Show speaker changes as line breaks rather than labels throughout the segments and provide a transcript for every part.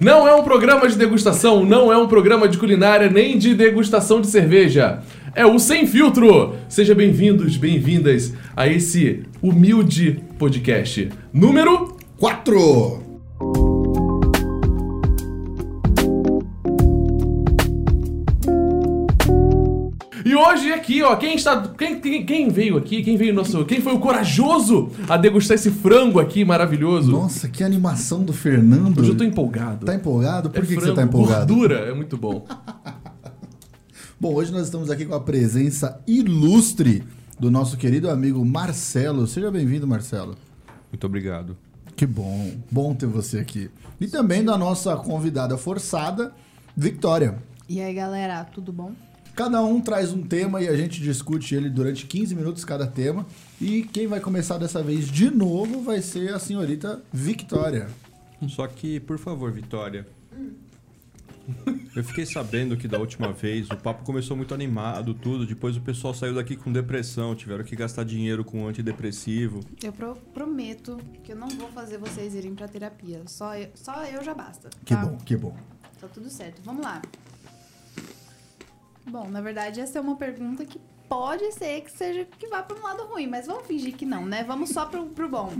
Não é um programa de degustação, não é um programa de culinária nem de degustação de cerveja. É o Sem Filtro! Sejam bem-vindos, bem-vindas a esse humilde podcast. Número
4.
E hoje aqui, ó, quem está. Quem, quem, quem veio aqui? Quem veio nosso. Quem foi o corajoso a degustar esse frango aqui maravilhoso?
Nossa, que animação do Fernando.
Hoje eu tô empolgado.
Tá empolgado? Por
É
que, que você
frango,
tá empolgado?
Gordura, é muito bom.
Bom, hoje nós estamos aqui com a presença ilustre do nosso querido amigo Marcelo. Seja bem-vindo, Marcelo.
Muito obrigado.
Que bom. Bom ter você aqui. E também da nossa convidada forçada, Victória.
E aí, galera, tudo bom?
Cada um traz um tema e a gente discute ele durante 15 minutos cada tema. E quem vai começar dessa vez de novo vai ser a senhorita Victória.
Só que, por favor, Vitória. Eu fiquei sabendo que da última vez o papo começou muito animado, tudo. Depois o pessoal saiu daqui com depressão, tiveram que gastar dinheiro com antidepressivo.
Eu pro- prometo que eu não vou fazer vocês irem pra terapia. Só eu, só eu já basta.
Que
tá?
bom, que bom.
Tá tudo certo. Vamos lá. Bom, na verdade, essa é uma pergunta que pode ser que seja que vá pra um lado ruim, mas vamos fingir que não, né? Vamos só pro, pro bom.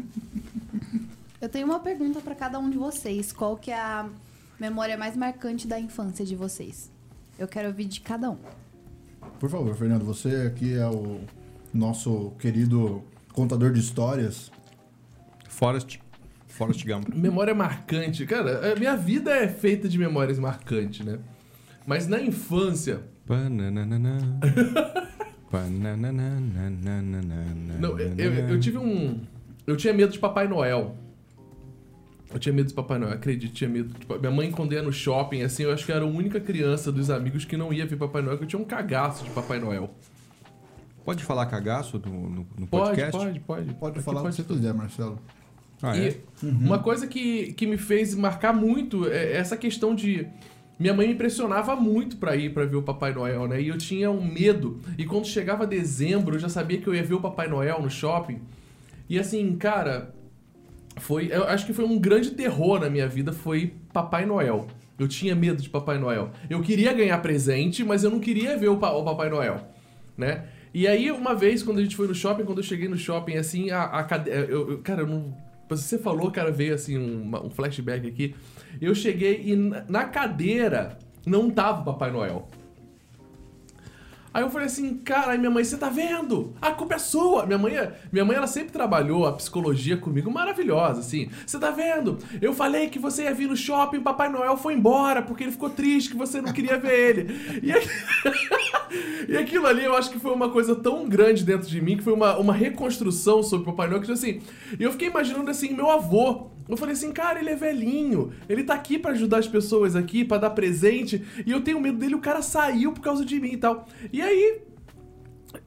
Eu tenho uma pergunta pra cada um de vocês. Qual que é a memória mais marcante da infância de vocês? Eu quero ouvir de cada um.
Por favor, Fernando, você aqui é o nosso querido contador de histórias.
Forest. Forest Gump.
Memória é marcante. Cara, a minha vida é feita de memórias marcantes, né? Mas na infância.
Bananana. Bananana.
Não, eu, eu- eu tive um. Eu tinha medo de Papai Noel. Eu tinha medo de Papai Noel, acredito, tinha medo. Tipo, minha mãe, quando ia no shopping, assim, eu acho que eu era a única criança dos amigos que não ia ver Papai Noel, que eu tinha um cagaço de Papai Noel.
Pode falar cagaço do- no, no
Pode,
podcast?
pode, pode.
Pode
Aqui
falar o que
pode
você quiser, Marcelo.
Ah,
E Uhum.
é?
uma coisa que, que me fez marcar muito é essa questão de. Minha mãe me impressionava muito pra ir pra ver o Papai Noel, né? E eu tinha um medo. E quando chegava dezembro, eu já sabia que eu ia ver o Papai Noel no shopping. E assim, cara, foi. Eu acho que foi um grande terror na minha vida foi Papai Noel. Eu tinha medo de Papai Noel. Eu queria ganhar presente, mas eu não queria ver o, pa- o Papai Noel, né? E aí, uma vez, quando a gente foi no shopping, quando eu cheguei no shopping, assim, a, a cade... eu, eu- Cara, eu não. Você falou, cara, veio assim um, um flashback aqui. Eu cheguei e na na cadeira não tava o Papai Noel. Aí eu falei assim, cara, aí minha mãe, você tá vendo? A culpa é sua. Minha mãe, minha mãe, ela sempre trabalhou a psicologia comigo, maravilhosa, assim. Você tá vendo? Eu falei que você ia vir no shopping, Papai Noel foi embora porque ele ficou triste que você não queria ver ele. E, aqui- e aquilo ali, eu acho que foi uma coisa tão grande dentro de mim que foi uma, uma reconstrução sobre o Papai Noel que assim. E eu fiquei imaginando assim, meu avô. Eu falei assim, cara, ele é velhinho, ele tá aqui pra ajudar as pessoas aqui, pra dar presente, e eu tenho medo dele, o cara saiu por causa de mim e tal. E aí,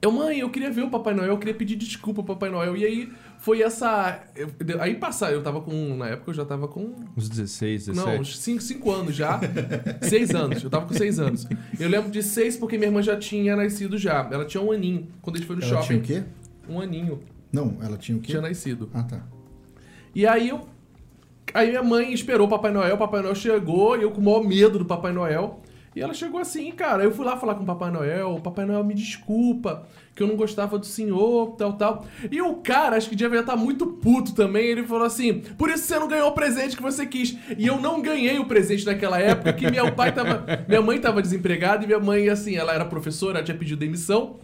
eu, mãe, eu queria ver o Papai Noel, eu queria pedir desculpa ao Papai Noel. E aí foi essa. eu- aí passar, eu tava com. Na época eu já tava com.
Uns 16, 17.
Não, uns 5 anos já. 6 anos, eu tava com 6 anos. Eu lembro de 6 porque minha irmã já tinha nascido já. Ela tinha um aninho quando a gente foi no
ela tinha
shopping.
o quê?
Um aninho
Não, ela tinha o quê?
tinha nascido.
Ah, tá.
E aí eu. Aí minha mãe esperou o Papai Noel, o Papai Noel chegou, e eu com o maior medo do Papai Noel. E ela chegou assim, cara. Eu fui lá falar com o Papai Noel, o Papai Noel me desculpa, que eu não gostava do senhor, tal, tal. E o cara, acho que devia estar muito puto também, ele falou assim: por isso você não ganhou o presente que você quis. E eu não ganhei o presente naquela época, que meu pai tava. Minha mãe tava desempregada e minha mãe, assim, ela era professora, ela tinha pedido demissão.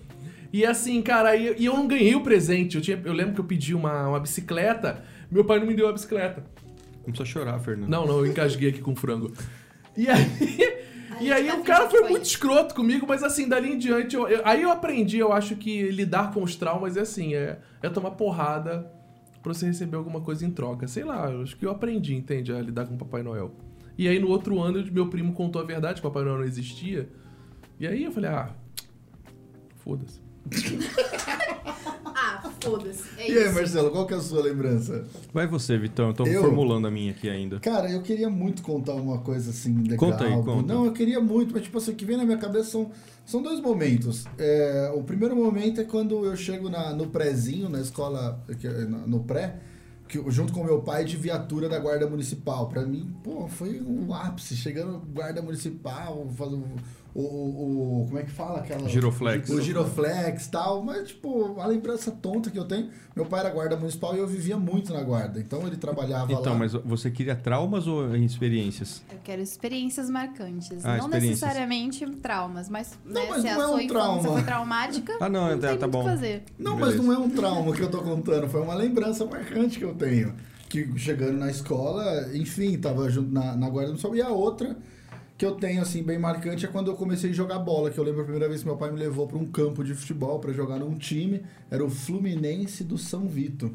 E assim, cara, aí- e, eu não ganhei o presente. Eu, tinha, eu lembro que eu pedi uma, uma bicicleta, meu pai não me deu a bicicleta.
Não precisa chorar, Fernando.
Não, não, eu engasguei aqui com frango. E aí.
A
E
gente
aí
tá
o cara
fingindo
foi
que
muito escroto comigo, mas assim, dali em diante, eu- eu- aí eu aprendi, eu acho que lidar com os traumas é assim, é, é tomar porrada pra você receber alguma coisa em troca. Sei lá, eu acho que eu aprendi, entende? A lidar com o Papai Noel. E aí no outro ano, meu primo contou a verdade, que o Papai Noel não existia. E aí eu falei, ah, foda-se.
Ah, foda-se. É
E aí, Marcelo, qual que é a sua lembrança?
Vai você, Vitão. Eu tô
Eu?
formulando a minha aqui ainda.
Cara, eu queria muito contar uma coisa assim legal.
Conta aí, conta.
Não, eu queria muito, mas tipo assim, o que vem na minha cabeça são, são dois momentos. É, o primeiro momento é quando eu chego na- no prézinho, na escola, que é na- no pré, que eu- junto com meu pai de viatura da guarda municipal. Pra mim, pô, foi um ápice. Chegando guarda municipal, fazendo o, o, o- como é que fala aquela
Giroflex.
O giroflex, tal, mas tipo, uma lembrança tonta que eu tenho, meu pai era guarda municipal e eu vivia muito na guarda. Então ele trabalhava
Então,
lá.
mas você queria traumas ou experiências?
Eu quero experiências marcantes.
Ah,
não
experiências.
necessariamente traumas, mas, né,
mas
se
não
a
é
sua
um trauma.
infância foi traumática,
Ah, não,
não
tá-
tem muito
tá
o
bom.
que fazer.
Não,
Beleza.
mas não é um trauma que eu tô contando, foi uma lembrança marcante que eu tenho. Que chegando na escola, enfim, tava junto na, na guarda do sol. E a outra que eu tenho, assim, bem marcante é quando eu comecei a jogar bola, que eu lembro a primeira vez que meu pai me levou pra um campo de futebol pra jogar num time, era o Fluminense do São Vito.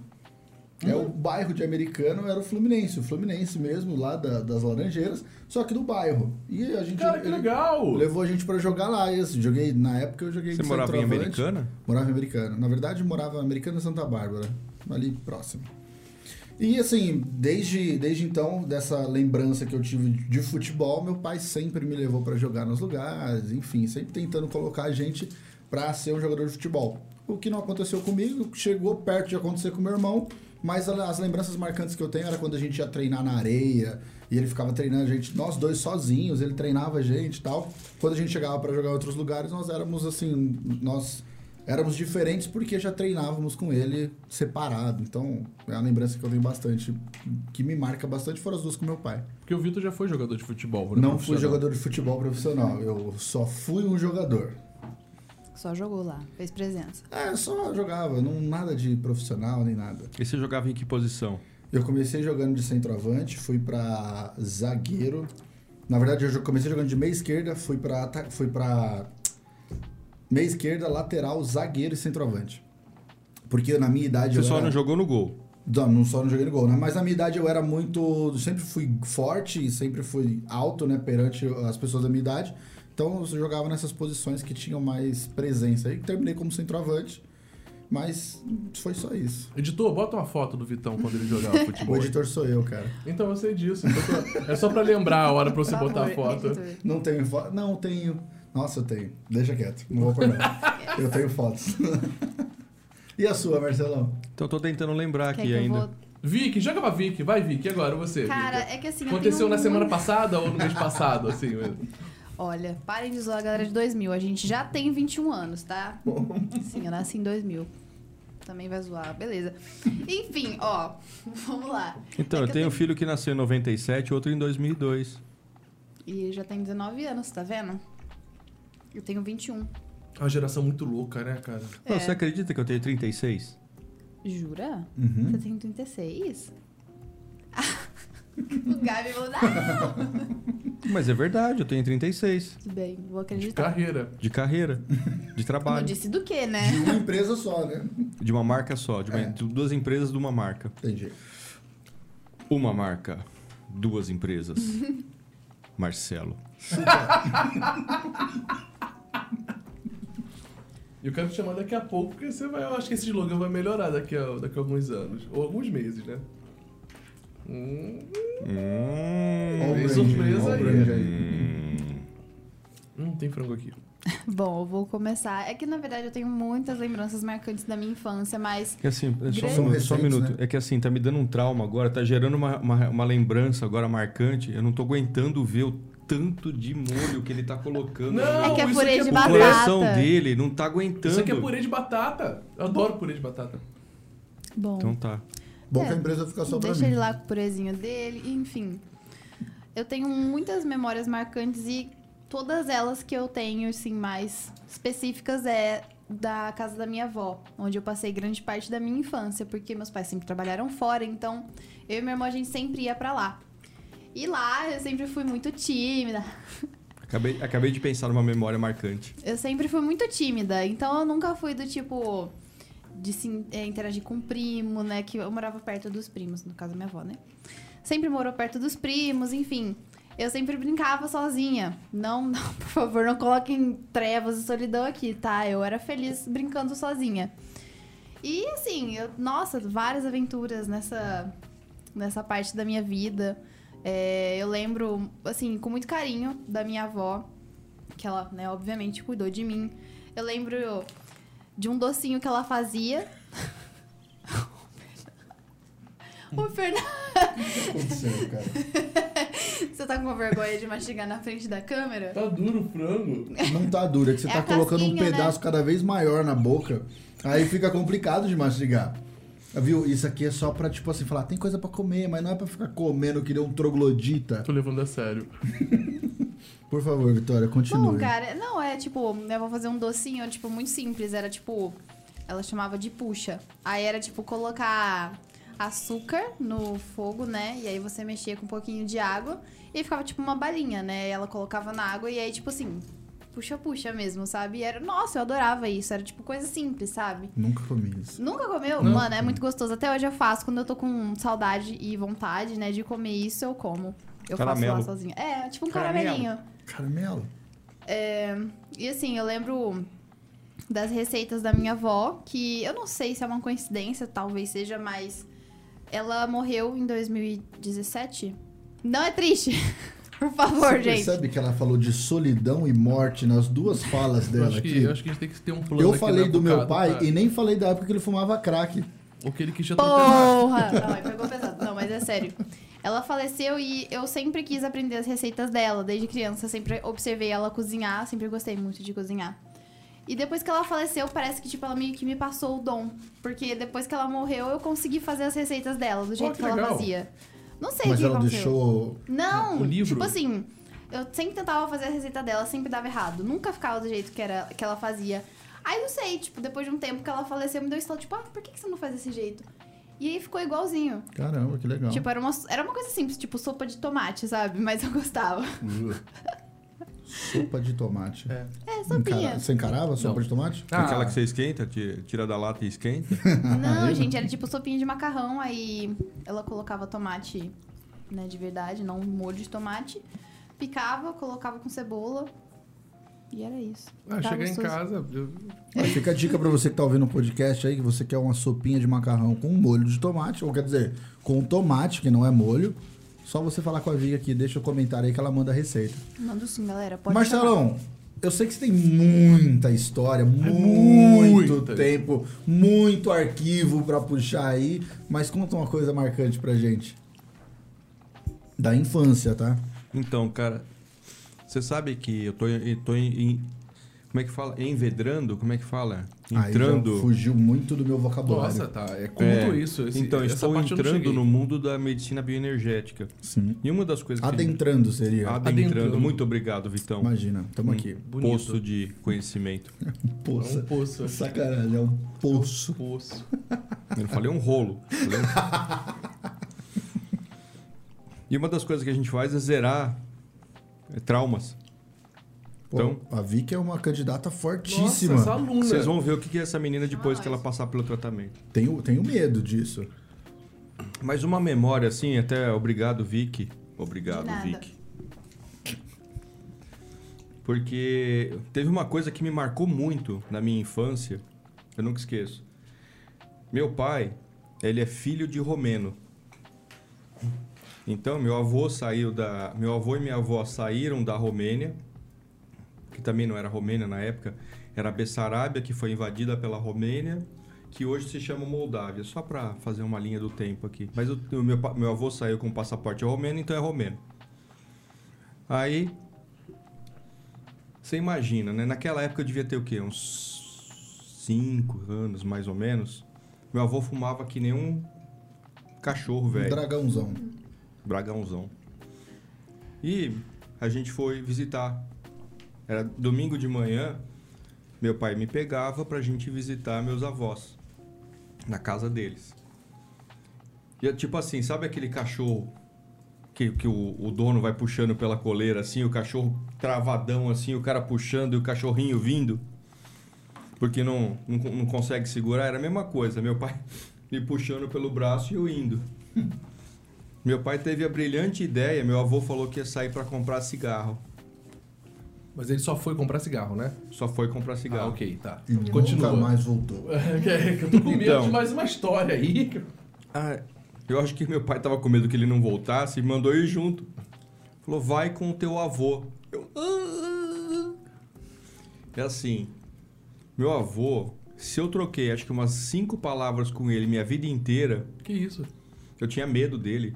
É
Hum.
o bairro de Americano, era o Fluminense, o Fluminense mesmo, lá da- das Laranjeiras, só que do bairro. E a gente
Cara, que
ele
legal!
levou a gente pra jogar lá, e assim, joguei, na época eu joguei
Você
de
morava em
centroavante.
Americana?
Morava em Americana. Na verdade, morava em Americana e Santa Bárbara, ali próximo. E assim, desde, desde então, dessa lembrança que eu tive de futebol, meu pai sempre me levou pra jogar nos lugares, enfim, sempre tentando colocar a gente pra ser um jogador de futebol. O que não aconteceu comigo, chegou perto de acontecer com meu irmão, mas a- as lembranças marcantes que eu tenho era quando a gente ia treinar na areia, e ele ficava treinando a gente, nós dois sozinhos, ele treinava a gente e tal. Quando a gente chegava pra jogar em outros lugares, nós éramos assim, nós éramos diferentes porque já treinávamos com ele separado. Então, é uma lembrança que eu tenho bastante, que me marca bastante, foram as duas com meu pai.
Porque o Vitor já foi jogador de futebol, né?
é
Não fui
profissional.
jogador de futebol profissional, eu só fui um jogador.
Só jogou lá, fez presença.
É, só jogava, não, nada de profissional nem nada.
E você jogava em que posição?
Eu comecei jogando de centroavante, fui pra zagueiro. Na verdade, eu jo- comecei jogando de meia esquerda, fui pra ata- fui para meia esquerda, lateral, zagueiro e centroavante. Porque na minha idade
Você
eu
só
era...
não jogou no gol.
Não, não só não joguei no gol, né? Mas na minha idade eu era muito. Sempre fui forte e sempre fui alto, né? Perante as pessoas da minha idade. Então eu jogava nessas posições que tinham mais presença. Aí terminei como centroavante, mas foi só isso.
Editor, bota uma foto do Vitão quando ele jogava futebol.
O editor sou eu, cara.
Então eu sei disso. então eu tô- É só pra lembrar a hora pra você
Por
botar a
favor,
foto.
editor.
Não tenho foto. Não, tenho. Nossa, eu tenho. Deixa quieto. Não vou pôr não. Eu tenho fotos. e a sua, Marcelão?
Então eu tô tentando lembrar
Quer
aqui
que eu
ainda.
vou-
Vicky, joga pra Vicky. Vai, Vicky, agora você.
Cara,
Vicky.
é que assim. eu
Aconteceu
tenho
na semana
muito-
passada ou no mês passado, assim?
É
Olha, parem de zoar a galera de 2000. A gente já tem 21 anos, tá? Sim, eu nasci em 2000. Também vai zoar, beleza. Enfim, ó, vamos lá.
Então,
É
eu
que eu
tenho
tenho-
um filho que nasceu em 97, outro em 2002.
E ele já tem 19 anos, tá vendo? Eu tenho 21.
É uma geração muito louca, né, cara?
Não,
É.
Você acredita que eu tenho 36?
Jura?
Uhum.
Hum?
Você tem um 36? o Gabi falou, não!
Mas é verdade, eu tenho 36.
Tudo bem, vou
De
acreditar.
carreira.
De carreira, de
Não
trabalho,
disse do que,
De
um.
né?
uma empresa só, né?
de uma marca só, de, uma-
É.
de duas empresas de uma marca.
Entendi.
Uma marca, duas empresas. Marcelo.
E eu quero te chamar daqui a pouco, porque você vai. Eu acho que esse slogan vai melhorar daqui a, daqui a alguns anos. Ou alguns meses, né? Hum,
Hum,
Tem surpresa
ó o
aí.
brand
hum.
não tem frango aqui.
Bom, eu vou começar. É que, na verdade, eu tenho muitas lembranças marcantes da minha infância, mas
É assim, é só, um
Grandes-
minuto, só um
São recentes,
minuto.
né?
É que assim, tá me dando um trauma agora, tá gerando uma, uma, uma lembrança agora marcante. Eu não tô aguentando ver o tanto de molho que ele tá colocando.
Não,
no-
é que é
isso
purê
aqui é
de
o
batata.
coração
batata.
dele não tá aguentando.
Isso aqui é purê de batata. Eu adoro purê de batata.
Bom,
Então tá.
Bom
É.
que a empresa fica só pra
deixa
mim.
ele lá com o purezinho dele, enfim. Eu tenho muitas memórias marcantes e todas elas que eu tenho, assim, mais específicas é da casa da minha avó, onde eu passei grande parte da minha infância, porque meus pais sempre trabalharam fora, então eu e meu irmão a gente sempre ia pra lá. E lá eu sempre fui muito tímida.
Acabei, acabei de pensar numa memória marcante.
Eu sempre fui muito tímida, então eu nunca fui do tipo de se in- eh, interagir com primo, né? Que eu morava perto dos primos, no caso da minha avó, né? Sempre morou perto dos primos, enfim. Eu sempre brincava sozinha. Não, não, por favor, não coloquem trevas e solidão aqui, tá? Eu era feliz brincando sozinha. E assim, eu- nossa, várias aventuras nessa, nessa parte da minha vida. É, eu lembro, assim, com muito carinho da minha avó, que ela, né, obviamente cuidou de mim. Eu lembro de um docinho que ela fazia. O Fernando,
que aconteceu, cara?
você tá com vergonha de mastigar na frente da câmera?
Tá duro o frango.
Não tá duro, é que você
É
tá
a
colocando um
casquinha, né?
pedaço cada vez maior na boca. Aí fica complicado de mastigar. Viu? Isso aqui é só pra, tipo assim, falar, tem coisa pra comer, mas não é pra ficar comendo que nem um troglodita.
Tô levando a sério.
Por favor, Vitória,
Bom,
continue.
cara, não, é tipo, eu vou fazer um docinho, tipo, muito simples. Era tipo, ela chamava de puxa. Aí era tipo colocar açúcar no fogo, né? E aí você mexia com um pouquinho de água e ficava tipo uma balinha, né? E ela colocava na água e aí, tipo assim, puxa, puxa mesmo, sabe? E era, nossa, eu adorava isso. Era tipo coisa simples, sabe?
Nunca comi isso.
Nunca comeu?
Não.
Mano, é muito gostoso. Até hoje eu faço. Quando eu tô com saudade e vontade, né, de comer isso, eu como. Eu
Caramelo.
faço lá sozinha. É, tipo um
Caramelo.
caramelinho.
Caramelo.
É, e assim, eu lembro das receitas da minha avó, que eu não sei se é uma coincidência, talvez seja, mas ela morreu em 2017. Não é triste. Por favor,
Você
gente.
percebe que ela falou de solidão e morte nas duas falas
Eu
dela
acho,
aqui?
que, eu acho que a gente tem que ter um plano
Eu
aqui,
falei
né,
do meu
focado,
pai
cara.
e nem falei da época que ele fumava crack.
O que ele quis já tá trocar.
Porra! Não, aí pegou pesado. Não, mas é sério. Ela faleceu e eu sempre quis aprender as receitas dela, desde criança. Eu Sempre observei ela cozinhar, sempre gostei muito de cozinhar. E depois que ela faleceu, parece que, tipo, ela meio que me passou o dom. Porque depois que ela morreu, eu consegui fazer as receitas dela, do jeito
que
que, ela
legal.
fazia. Não sei o
Mas
que
ela
aconteceu.
deixou.
Não,
O livro?
tipo assim, eu sempre tentava fazer a receita dela, sempre dava errado. Nunca ficava do jeito que, era, que ela fazia. Aí não sei, tipo, depois de um tempo que ela faleceu, me deu estalo, tipo, ah, por que, que você não faz desse jeito? E aí ficou igualzinho.
Caramba, que
Então?
legal.
Tipo, era uma, era uma coisa simples, tipo sopa de tomate, sabe? Mas eu gostava.
Sopa de tomate.
É.
É,
Encara-
sopinha.
Você encarava a sopa
Não.
de tomate?
Ah.
Aquela que você esquenta, ti- tira da lata e esquenta.
tá
Não, gente, era tipo sopinha de macarrão, aí ela colocava tomate, né, de verdade, não um molho de tomate. Picava, colocava com cebola. E era isso.
Tá
Ah,
Tava
chegar em
gostoso.
casa. eu-
Mas fica a dica pra você que tá ouvindo o podcast aí, que você quer uma sopinha de macarrão com molho de tomate, ou quer dizer, com tomate, que não é molho. Só você falar com a Viga aqui, deixa o comentário aí que ela manda a receita.
Manda sim, galera. Pode chamar.
Marcelão, eu sei que você tem muita história, muito
É muita.
tempo, muito arquivo pra puxar aí, mas conta uma coisa marcante pra gente. Da infância, tá?
Então, cara, você sabe que eu tô, eu tô em, em- Como é que fala? Envedrando? Como é que fala?
Aí já
Entrando.
fugiu muito do meu vocabulário.
Nossa, tá. É culto
É.
isso. Esse,
então,
essa
estou
parte eu não
entrando
cheguei.
no mundo da medicina bioenergética.
Sim.
E uma das coisas que.
Adentrando seria.
Adentrando.
Adentrando.
Muito obrigado, Vitão. Um
Imagina,
Hum.
tamo aqui.
Bonito.
Poço de conhecimento.
É um
Poça.
poço.
Sacanagem, é um poço.
Poço.
Eu não falei um rolo. falei um- e uma das coisas que a gente faz é zerar é, traumas.
Pô,
Então-
a Vicky é uma candidata
Nossa,
fortíssima.
essa aluna.
Vocês vão ver o que que é essa menina depois
Ah,
que ela
isso.
passar pelo tratamento.
Tenho, tenho medo disso.
Mas uma memória, assim, até obrigado, Vic.
De
Obrigado,
nada.
Vic. Porque teve uma coisa que me marcou muito na minha infância, eu nunca esqueço. Meu pai, ele é filho de romeno. Então, meu avô saiu da, meu avô e minha avó saíram da Romênia, que também não era Romênia na época, era Bessarabia que foi invadida pela Romênia, que hoje se chama Moldávia, só para fazer uma linha do tempo aqui. Mas o, o meu, pa- meu avô saiu com passaporte romeno, então é romeno. Aí você imagina, né? Naquela época eu devia ter o quê? Uns 5 anos, mais ou menos. Meu avô fumava que nem um cachorro
Um
velho.
dragãozão.
Bragãozão. E a gente foi visitar. Era domingo de manhã, meu pai me pegava pra gente visitar meus avós na casa deles. E é tipo assim, sabe aquele cachorro que, que o, o dono vai puxando pela coleira assim, o cachorro travadão assim, o cara puxando e o cachorrinho vindo? Porque não, não, con- não consegue segurar, era a mesma coisa. Meu pai me puxando pelo braço e eu indo. Meu pai teve a brilhante ideia, meu avô falou que ia sair pra comprar cigarro.
Mas ele só foi comprar cigarro, né?
Só foi comprar
Ah,
cigarro.
ok, tá.
E
Continua.
nunca mais voltou.
É, que eu tô com medo
Então.
de mais uma história aí.
Ah, eu acho que meu pai tava com medo que ele não voltasse e mandou eu ir junto. Falou, vai com o teu avô. Eu... "Ah, ah, ah." É assim, meu avô, se eu troquei acho que umas cinco palavras com ele minha vida inteira,
Que isso?
Eu tinha medo dele.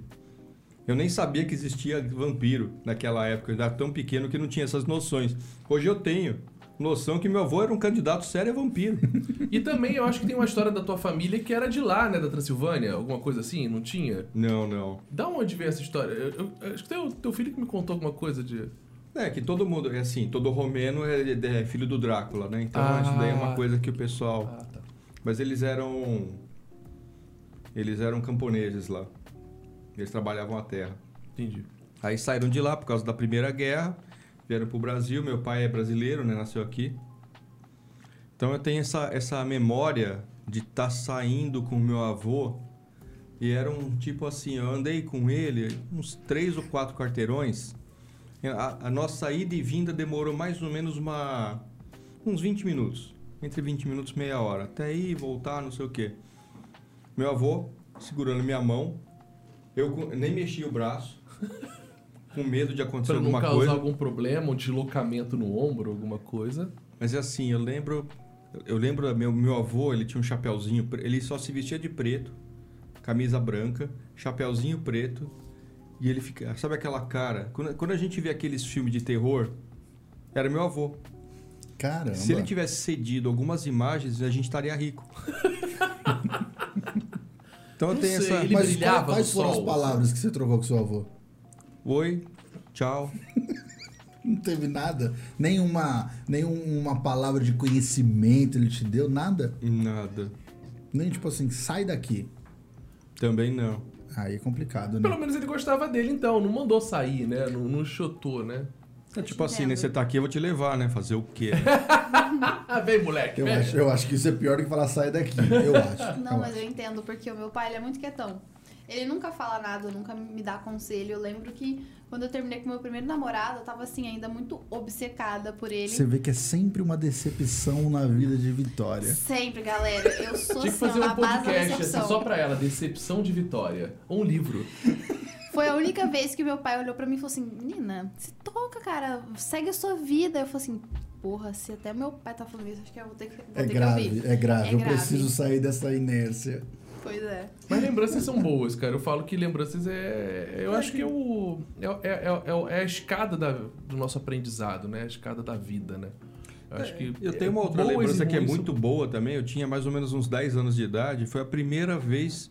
Eu nem sabia que existia vampiro naquela época. Eu ainda era tão pequeno que não tinha essas noções. Hoje eu tenho noção que meu avô era um candidato sério a vampiro.
E também eu acho que tem uma história da tua família que era de lá, né? Da Transilvânia, alguma coisa assim, não tinha?
não, não.
Da onde veio essa história? Eu, eu- acho que teu, teu filho que me contou alguma coisa de.
É, que todo mundo, é assim, todo romeno é, é filho do Drácula, né? Então
Ah.
isso daí é uma coisa que o pessoal.
Ah, tá.
Mas eles eram. Eles eram camponeses lá. Eles trabalhavam a terra.
Entendi.
Aí saíram de lá por causa da Primeira Guerra, vieram pro Brasil. Meu pai é brasileiro, né? Nasceu aqui. Então eu tenho essa, essa memória de estar saindo com meu avô. E era um tipo assim, eu andei com ele uns três ou quatro quarteirões. A, a nossa ida e vinda demorou mais ou menos uma, uns 20 minutos. Entre 20 minutos e meia hora. Até ir, voltar, não sei o quê. Meu avô segurando minha mão. Eu com- nem mexi o braço. Com medo de acontecer
Pra não
alguma
causar
coisa.
algum problema, um deslocamento no ombro, alguma coisa.
Mas é assim, eu lembro. Eu lembro, meu, meu avô, ele tinha um chapéuzinho. pre- Ele só se vestia de preto, camisa branca, chapéuzinho preto. E ele fica. Sabe aquela cara? Quando, quando a gente vê aqueles filmes de terror, era meu avô.
Caramba.
Se ele tivesse cedido algumas imagens, a gente estaria rico. então eu
Não
tenho
sei,
essa.
ele-
Mas
brilhava
qual- quais
no
foram
sol.
as palavras que você trocou com seu avô?
Oi, tchau.
Não teve nada? Nenhuma, nenhuma palavra de conhecimento ele te deu? Nada?
Nada.
Nem tipo assim, sai daqui.
Também não.
Aí é complicado,
Pelo
né?
menos ele gostava dele então, não mandou sair, né? Não, não chutou, né?
É
Eu te
tipo assim, né?
entendo.
Você tá aqui, eu vou te levar, né? Fazer o quê?
Ah, vem moleque,
Eu
vem.
acho, eu acho que isso é pior do que falar sai daqui. Eu acho.
Não,
eu
mas
acho.
eu entendo, porque o meu pai ele é muito quietão. Ele nunca fala nada, nunca me dá conselho. Eu lembro que quando eu terminei com meu primeiro namorado, eu tava assim, ainda muito obcecada por ele.
Você vê que é sempre uma decepção na vida de Vitória.
Sempre, galera. Eu sou
Tinha que
assim, ó,
fazer
na
um
base da
podcast assim,
decepção.
só pra ela, Decepção de Vitória. Ou Um livro.
Foi a única vez que meu pai olhou pra mim e falou assim: Menina, se toca, cara, segue a sua vida. Eu falei assim: Porra, se até meu pai tá falando isso, acho que eu vou ter que, vou
É
ter que
grave,
ouvir.
é grave.
É
eu
grave.
preciso sair dessa inércia.
Pois é.
Mas lembranças são boas, cara. Eu falo que lembranças é. Eu acho que é, o, é, é, é, o- é a escada da- do nosso aprendizado, né? A escada da vida, né? Eu acho que.
Eu tenho uma
é,
outra
boas e
lembrança que é
ruins
muito boa também. Eu tinha mais ou menos uns 10 anos de idade. Foi a primeira vez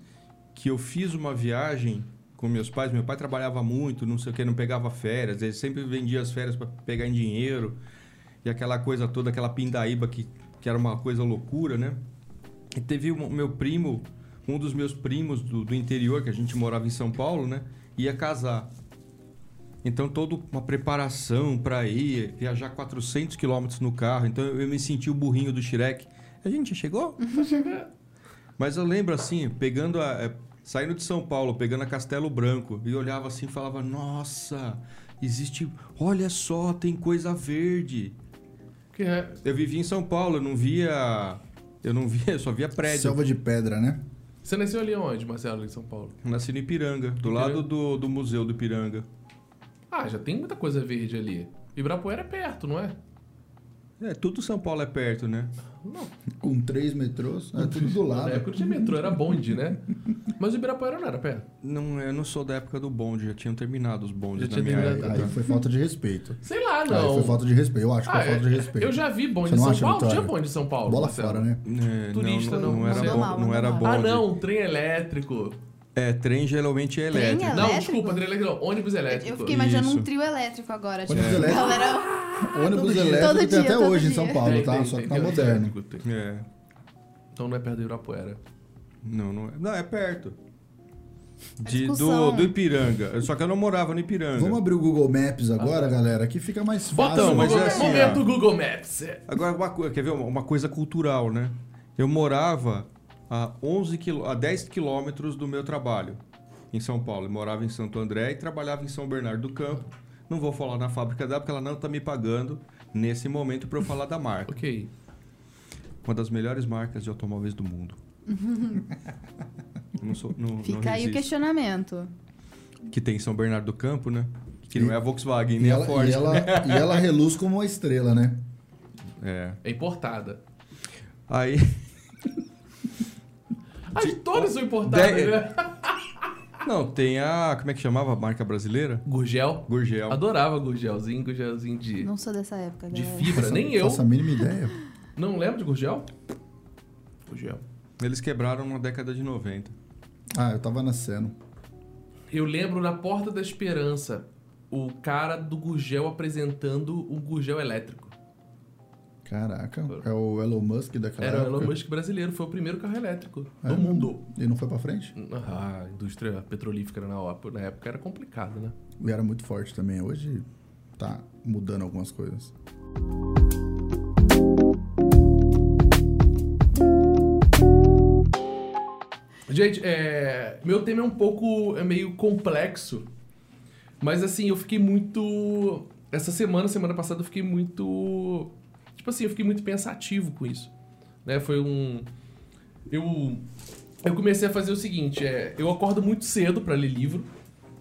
que eu fiz uma viagem com meus pais. Meu pai trabalhava muito, não sei o que, não pegava férias. Ele sempre vendia as férias para pegar em dinheiro. E aquela coisa toda, aquela pindaíba que, que era uma coisa loucura, né? E teve um, meu primo, um dos meus primos do, do interior, que a gente morava em São Paulo, né? Ia casar. Então, toda uma preparação para ir, viajar 400 quilômetros no carro. Então, eu me senti o burrinho do Shrek. A gente chegou? Mas eu lembro assim, pegando a. eh, saindo de São Paulo, pegando a Castelo Branco, e olhava assim e falava: Nossa, existe. Olha só, tem coisa verde.
Que é,
Eu vivia em São Paulo, eu não via. Eu não via, eu só via prédio.
Selva de pedra, né?
Você nasceu ali onde, Marcelo, em São Paulo?
Eu Nasci no Ipiranga, do lado do, do Museu do Ipiranga.
Ah, já tem muita coisa verde ali. Ibrapuera é perto, não é?
É, tudo São Paulo é perto, né?
Com três metrôs, é tudo do
Na
lado.
época não tinha metrô, era bonde, né? Mas o Ibirapuera não era perto.
Não, eu não sou da época do bonde, já tinham terminado os bondes
Já
na
tinha
minha
terminado.
época.
Aí foi falta de respeito.
Sei lá,
Ah, Aí
tá, Ah, não.
foi falta de respeito. Eu acho que
Ah,
foi falta de respeito.
eu já vi bonde
Você
em
não
São
acha,
Paulo.
Vitória?
Tinha bonde em São Paulo.
Bola
Marcelo.
fora, né?
É,
Turista
não, não,
não-
era
não
bom,
dá mal,
não
não
era
dá
bonde.
Ah, não, trem elétrico.
É, trem geralmente é
Trem
elétrico.
Não,
Elétrico?
desculpa, trem elétrico não, ônibus elétrico.
Eu fiquei imaginando
Isso.
um trio elétrico agora. Tipo,
Ônibus elétrico.
galera,
Ônibus
dia.
elétrico
Todo
tem
dia,
até
todo
hoje em
dia.
São
Ah, Tem,
Paulo,
tem,
tá?
tem,
Só que tá
tem ônibus
moderno. Ah,
elétrico, tem.
É.
Então não é perto do Ibirapuera.
Não, não é. Não, é perto.
A
De, do,
discussão.
do Ipiranga. Só que eu não morava no Ipiranga.
Vamos abrir o Google Maps agora, galera, que fica mais fácil.
Ah. Botão,
mas é
Google-
assim, ó.
momento Google Maps. É.
Agora, uma, co- quer ver uma, uma coisa cultural, né? Eu morava a, 11 quilô, a 10 quilômetros do meu trabalho em São Paulo. Eu morava em Santo André e trabalhava em São Bernardo do Campo. Não vou falar na fábrica dela, porque ela não está me pagando nesse momento para eu falar da marca.
Ok.
Uma das melhores marcas de automóveis do mundo. Eu não sou, não, não
fica aí o
resisto.
questionamento.
que tem em São Bernardo do Campo, né? Que não é a Volkswagen,
E
nem a
ela,
Ford.
e, ela, e ela reluz como uma estrela, né?
É.
É importada.
Aí,
As todas Ah, são importadas,
Dez-
né?
Não, tem a. Como é que chamava a marca brasileira?
Gurgel.
Gurgel.
Adorava gurgelzinho, gurgelzinho de,
Não sou dessa época,
de
galera.
fibra. Nem eu.
Faço a mínima ideia.
Não lembro de gurgel? Gurgel.
Eles quebraram na década de 90.
Ah, eu tava nascendo.
Eu lembro na Porta da Esperança, o cara do gurgel apresentando o gurgel elétrico.
Caraca, é o Elon Musk daquela
Era o
época.
Elon Musk brasileiro, foi o primeiro carro elétrico do
É.
mundo.
E não foi pra frente?
Ah, a indústria petrolífera na op- na época era complicada, né?
E era muito forte também. Hoje tá mudando algumas coisas.
Gente, é, meu tema é um pouco é meio complexo, mas assim, eu fiquei muito. Essa semana, semana passada, eu fiquei muito. Tipo assim, eu fiquei muito pensativo com isso. Né? Foi um. Eu. Eu comecei a fazer o seguinte: é, eu acordo muito cedo pra ler livro,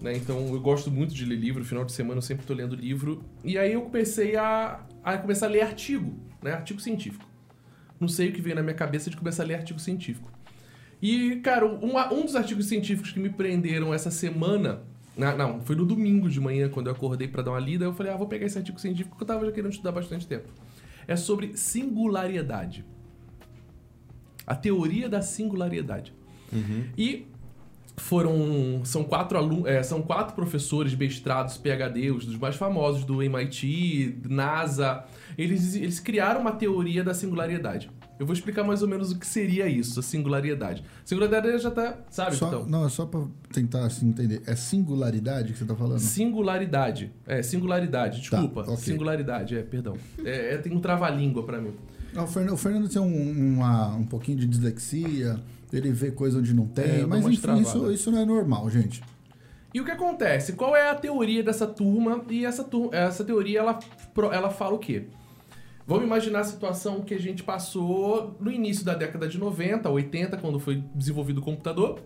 né? Então eu gosto muito de ler livro, final de semana eu sempre tô lendo livro. E aí eu comecei a, a começar a ler artigo, né? Artigo científico. Não sei o que veio na minha cabeça de começar a ler artigo científico. E, cara, um, um dos artigos científicos que me prenderam essa semana. na- não, foi no domingo de manhã, quando eu acordei pra dar uma lida, eu falei, ah, vou pegar esse artigo científico que eu tava já querendo estudar há bastante tempo. É sobre singularidade. A teoria da singularidade.
Uhum.
E foram. São quatro alunos. são quatro professores mestrados, PhD, os dos mais famosos do MIT, NASA. Eles, eles criaram uma teoria da singularidade. Eu vou explicar mais ou menos o que seria isso, a singularidade. Singularidade já tá. Sabe,
Só-
então?
Não, é só pra tentar assim, entender. É singularidade que você tá falando? Tá,
Singularidade. É, singularidade, desculpa.
ok.
Singularidade, é, perdão. É, é, tem um trava-língua pra mim.
Ah, O Fernando, o Fernando tem um, uma- um pouquinho de dislexia, ele vê coisa onde não
É, eu
tem,
dou
mas
umas
enfim, isso,
travadas.
isso não é normal, gente.
E o que acontece? Qual é a teoria dessa turma? E essa, tur- essa teoria, ela, pro- ela fala o quê? Vamos imaginar a situação que a gente passou no início da década de 90, 80, quando foi desenvolvido o computador.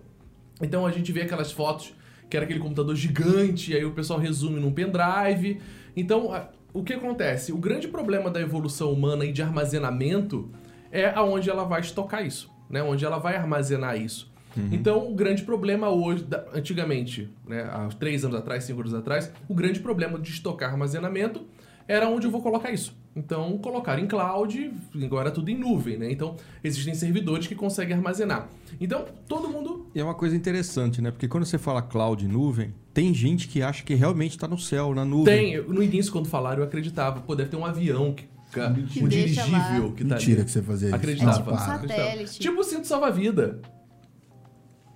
Então a gente vê aquelas fotos que era aquele computador gigante, e aí o pessoal resume num pendrive. Então, a- o que acontece? O grande problema da evolução humana e de armazenamento é aonde ela vai estocar isso, né? Onde ela vai armazenar isso.
Uhum.
Então, o grande problema hoje, da- antigamente, né, há três anos atrás, cinco anos atrás, o grande problema de estocar armazenamento era onde eu vou colocar isso. Então, colocar em cloud, agora tudo em nuvem, né? Então, existem servidores que conseguem armazenar. Então, todo mundo
E é uma coisa interessante, né? Porque quando você fala cloud e nuvem, tem gente que acha que realmente tá no céu, na nuvem.
Tem, eu- no início, quando falaram, eu acreditava. Pô, deve ter um avião, que, ca-
Mentira.
um
Que deixa lá.
dirigível que tá
Mentira
ali.
que você fazia isso.
Acreditava.
Ah,
Tipo um
para.
Acreditava.
satélite.
Tipo o cinto salva-vida.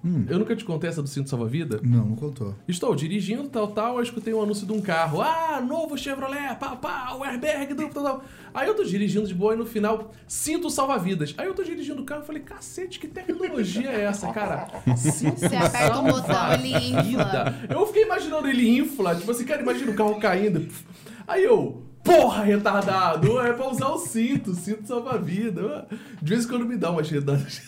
Hum.
Eu nunca te contei essa do cinto salva-vida?
Não, não contou.
Estou dirigindo, tal, tal, eu escutei um anúncio de um carro. Ah, novo Chevrolet, pá, pá, o airbag, do, tal, tal. Aí eu tô dirigindo de boa e no final, cinto salva-vidas. Aí eu tô dirigindo o carro e falei, cacete, que tecnologia é essa, cara? Cinto
Você aperta um botão, ele infla.
vida. Eu fiquei imaginando ele infla, tipo assim, cara, imagina o carro caindo. Aí eu, porra, retardado, é pra usar o cinto, o cinto salva-vida. De vez em quando me dá umas retardadas.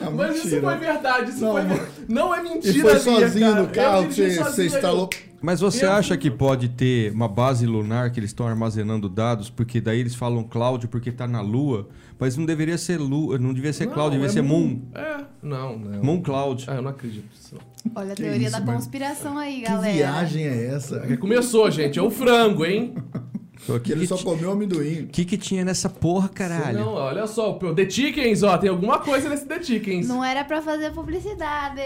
Ah,
Mas isso
mentira.
foi verdade, isso
Não,
foi
mas-
ver- Não é mentira,
E foi
minha,
sozinho
cara.
no carro
Eu
que
dirigi
você, você
sozinho, aí eu-
instalou.
Mas você
Eu-
acha que pode ter uma base lunar que eles estão armazenando dados, porque daí eles falam cloud porque tá na lua, mas não deveria ser lua, não devia ser
Não,
cloud, devia
é
ser moon.
É, não, não.
Moon cloud.
Ah, eu não acredito nisso. não.
Olha a
Que
teoria
isso,
da
mano.
conspiração aí,
Que
galera.
viagem é essa?
Porque começou, gente, é o frango, hein?
O
Que
que,
ele
que,
só
ti-
comeu amendoim.
que que tinha nessa porra, caralho?
Não, olha só, o The Chickens, ó, tem alguma coisa nesse The Chickens.
Não era pra fazer publicidade.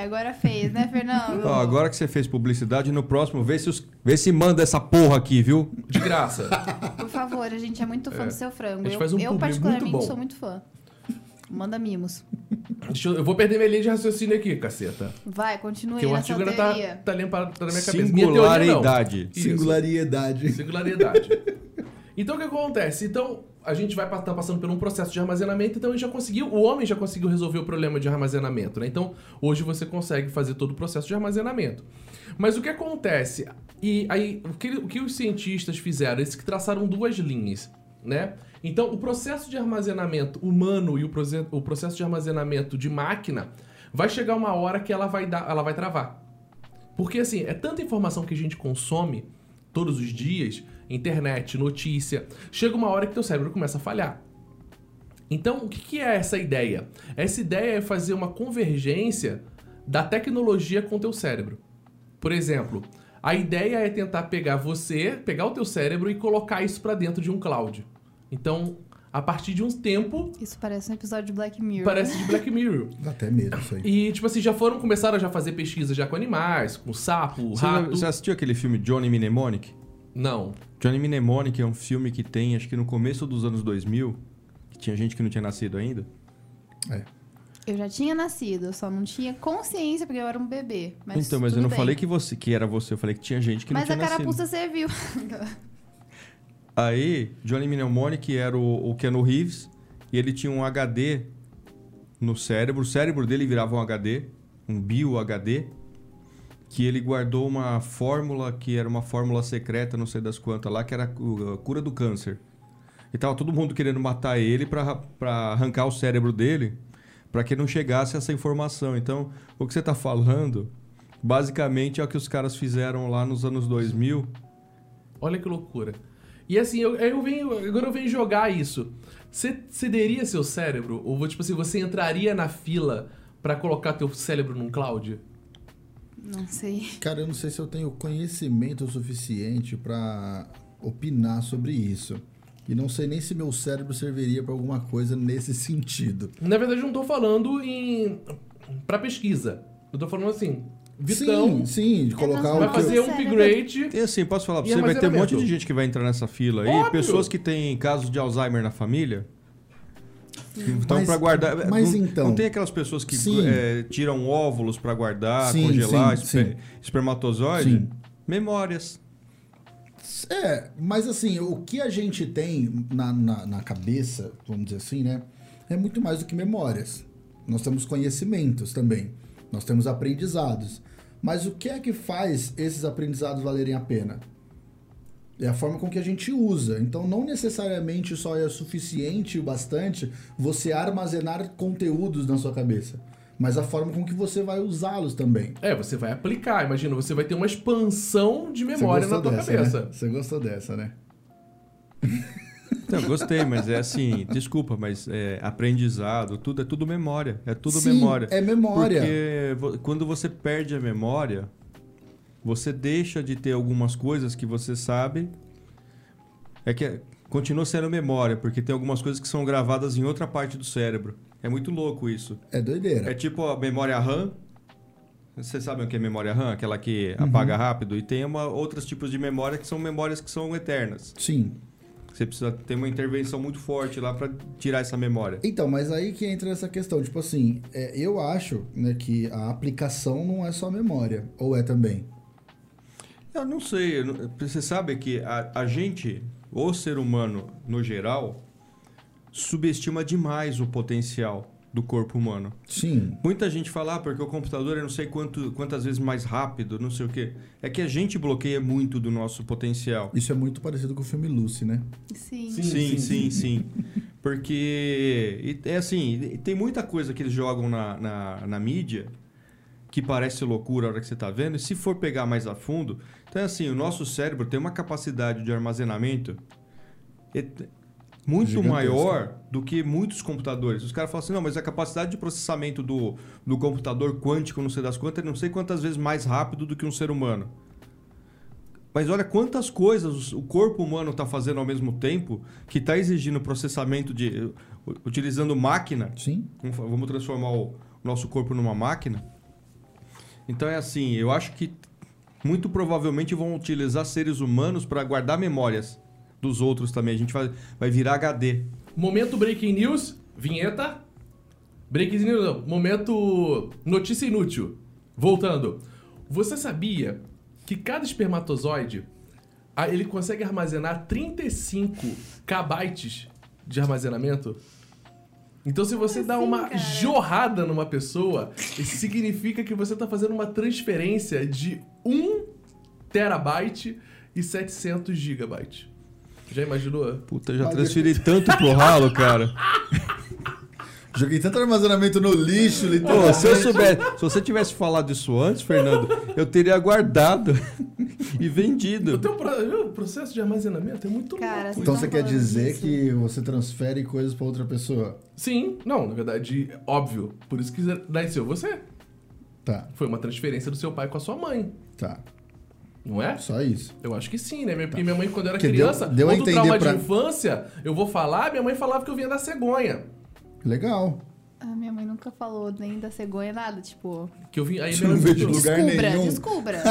Agora fez, né, Fernando?
Ó, agora que você fez publicidade, no próximo vê se, os- vê se manda essa porra aqui, viu?
De graça.
Por favor, a gente é muito fã
É.
do seu frango.
A gente
Eu,
faz um
eu
publi
particularmente,
muito bom.
sou muito fã. Manda mimos.
Deixa eu, eu vou perder minha linha de raciocínio aqui, caceta.
Vai, continue
Porque o
é, na sua
artigo ainda tá,
teoria.
tá limpado tá na minha cabeça. Minha teoria, não.
Singularidade.
Isso.
Singularidade.
Singularidade. Então o que acontece? Então a gente vai estar passando por um processo de armazenamento, então a gente já conseguiu, o homem já conseguiu resolver o problema de armazenamento, né? Então hoje você consegue fazer todo o processo de armazenamento. Mas o que acontece? E aí o que, o que os cientistas fizeram? Eles que traçaram duas linhas, né? Então o processo de armazenamento humano e o, proce- o processo de armazenamento de máquina vai chegar uma hora que ela vai dar, ela vai travar. Porque assim, é tanta informação que a gente consome todos os dias, internet, notícia, chega uma hora que teu cérebro começa a falhar. Então, o que que é essa ideia? Essa ideia é fazer uma convergência da tecnologia com o teu cérebro. Por exemplo, a ideia é tentar pegar você, pegar o teu cérebro e colocar isso pra dentro de um cloud. Então, a partir de um tempo,
Isso parece um episódio de Black Mirror.
parece de Black Mirror.
Dá até medo isso aí.
E, tipo assim, já foram, começaram a já fazer pesquisa já com animais, com sapo,
Você, já-
rato.
você assistiu aquele filme Johnny Mnemonic?
Não.
Johnny Mnemonic é um filme que tem, acho que no começo dos anos 2000, que tinha gente que não tinha nascido ainda.
É.
Eu já tinha nascido, eu só não tinha consciência porque eu era um bebê. Mas
então, mas eu
tudo
não
bem.
falei que você que era você, eu falei que tinha gente que não
Mas a
tinha nascido.
carapuça serviu.
Aí, Johnny Mnemonic era o, o Keanu Reeves e ele tinha um HD no cérebro. O cérebro dele virava um HD, um bio-HD, que ele guardou uma fórmula que era uma fórmula secreta, não sei das quantas lá, que era a cu- a cura do câncer. E tava todo mundo querendo matar ele pra ra- pra arrancar o cérebro dele, pra que não chegasse essa informação. Então, o que você tá falando, basicamente é o que os caras fizeram lá nos anos 2000.
Olha que loucura. E assim, eu, eu venho, agora eu venho jogar isso. Você cederia seu cérebro? Ou, tipo assim, você entraria na fila pra colocar teu cérebro num cloud?
Não sei.
Cara, eu não sei se eu tenho conhecimento suficiente pra opinar sobre isso. E não sei nem se meu cérebro serviria pra alguma coisa nesse sentido.
Na verdade, eu não tô falando em. pra pesquisa. Eu tô falando assim. Vitão
Sim, sim, de colocar
não
vai
É o que eu-
fazer um
Cérebro.
upgrade.
E assim, posso falar pra
E
você, vai ter um
armazenamento?
monte de gente que vai entrar nessa fila aí,
Óbvio.
pessoas que têm casos de Alzheimer na família. Então,
Mas-
pra guardar. é,
mas
não,
então-
Não tem aquelas pessoas que
Sim.
eh, tiram óvulos pra guardar,
Sim,
congelar,
sim,
esper-
sim.
espermatozoide?
Sim.
Memórias.
É, mas assim, o que a gente tem na, na, na cabeça, vamos dizer assim, né? É muito mais do que memórias. Nós temos conhecimentos também. Nós temos aprendizados. Mas o que é que faz esses aprendizados valerem a pena? É a forma com que a gente usa. Então, não necessariamente só é suficiente o bastante você armazenar conteúdos na sua cabeça, mas a forma com que você vai usá-los também.
É, você vai aplicar. Imagina, você vai ter uma expansão de
Você
memória na
gostou
tua
dessa,
cabeça.
Né? Você gostou dessa, né?
Então, gostei, mas é assim, desculpa, mas é, aprendizado, tudo é tudo memória. É tudo
Sim,
memória.
É memória.
Porque vo- quando você perde a memória, você deixa de ter algumas coisas que você sabe. É que é- continua sendo memória, porque tem algumas coisas que são gravadas em outra parte do cérebro. É muito louco isso.
É doideira.
É tipo a memória RAM. Vocês sabem o que é memória RAM? Aquela que apaga rápido. E tem uma, outros tipos de memória que são memórias que são eternas.
Sim.
Você precisa ter uma intervenção muito forte lá pra tirar essa memória.
Então, mas aí que entra essa questão. Tipo assim, é, eu acho né, que a aplicação não é só memória. Ou é também?
Eu não sei. eu não- Você sabe que a, a gente, o ser humano no geral, subestima demais o potencial do corpo humano.
Sim.
Muita gente fala, ah, porque o computador é não sei quanto, quantas vezes mais rápido, não sei o quê. É que a gente bloqueia muito do nosso potencial.
Isso é muito parecido com o filme Lucy, né?
Sim.
Sim.
Sim, sim, sim. Porque e- é assim, e tem muita coisa que eles jogam na, na, na mídia que parece loucura a hora que você está vendo, e se for pegar mais a fundo, então é assim, o nosso cérebro tem uma capacidade de armazenamento et- muito
Gigantesca.
maior do que muitos computadores. Os caras falam assim, não, mas a capacidade de processamento do, do computador quântico, não sei das quantas, é não sei quantas vezes mais rápido do que um ser humano. Mas olha quantas coisas o corpo humano está fazendo ao mesmo tempo que está exigindo processamento de. eh, utilizando máquina.
Sim.
Vamos fa- Vamos transformar o nosso corpo numa máquina. Então é assim, eu acho que muito provavelmente vão utilizar seres humanos para guardar memórias dos outros também. A gente vai, vai virar HD.
Momento Breaking News, vinheta. Breaking News não, momento notícia inútil. Voltando. Você sabia que cada espermatozoide ah, ele consegue armazenar 35 kbytes de armazenamento? Então se você dá
assim,
uma
cara?
jorrada numa pessoa, isso significa que você tá fazendo uma transferência de 1 terabyte e 700 gigabyte. Já imaginou?
Puta, já
Mas
transferi tanto pro ralo, cara.
Joguei tanto armazenamento no lixo,
Pô,
literalmente.
se eu soubesse, se você tivesse falado isso antes, Fernando, eu teria guardado e
O
vendido.
teu um pro- viu? O processo de armazenamento é muito
Cara,
louco.
Então
Vocês
você
estão
quer
falando
dizer
disso?
que você transfere coisas pra outra pessoa?
Sim, não, na verdade, é óbvio. Por isso que nasceu você.
Tá,
Foi uma transferência do seu pai com a sua mãe,
tá.
não é?
Só isso.
Eu acho que sim, né? Porque minha mãe, quando eu era
Porque deu-
criança,
Tá. deu a
ou do
entender
trauma
pra-
de infância, eu vou falar, minha mãe falava que eu vinha da cegonha.
Legal.
A Ah, minha mãe nunca falou nem da cegonha, nada, tipo...
Que eu vim. Aí tipo,
Você
minha
não
mãe
vê de
falou,
lugar
descubra,
nenhum.
descubra.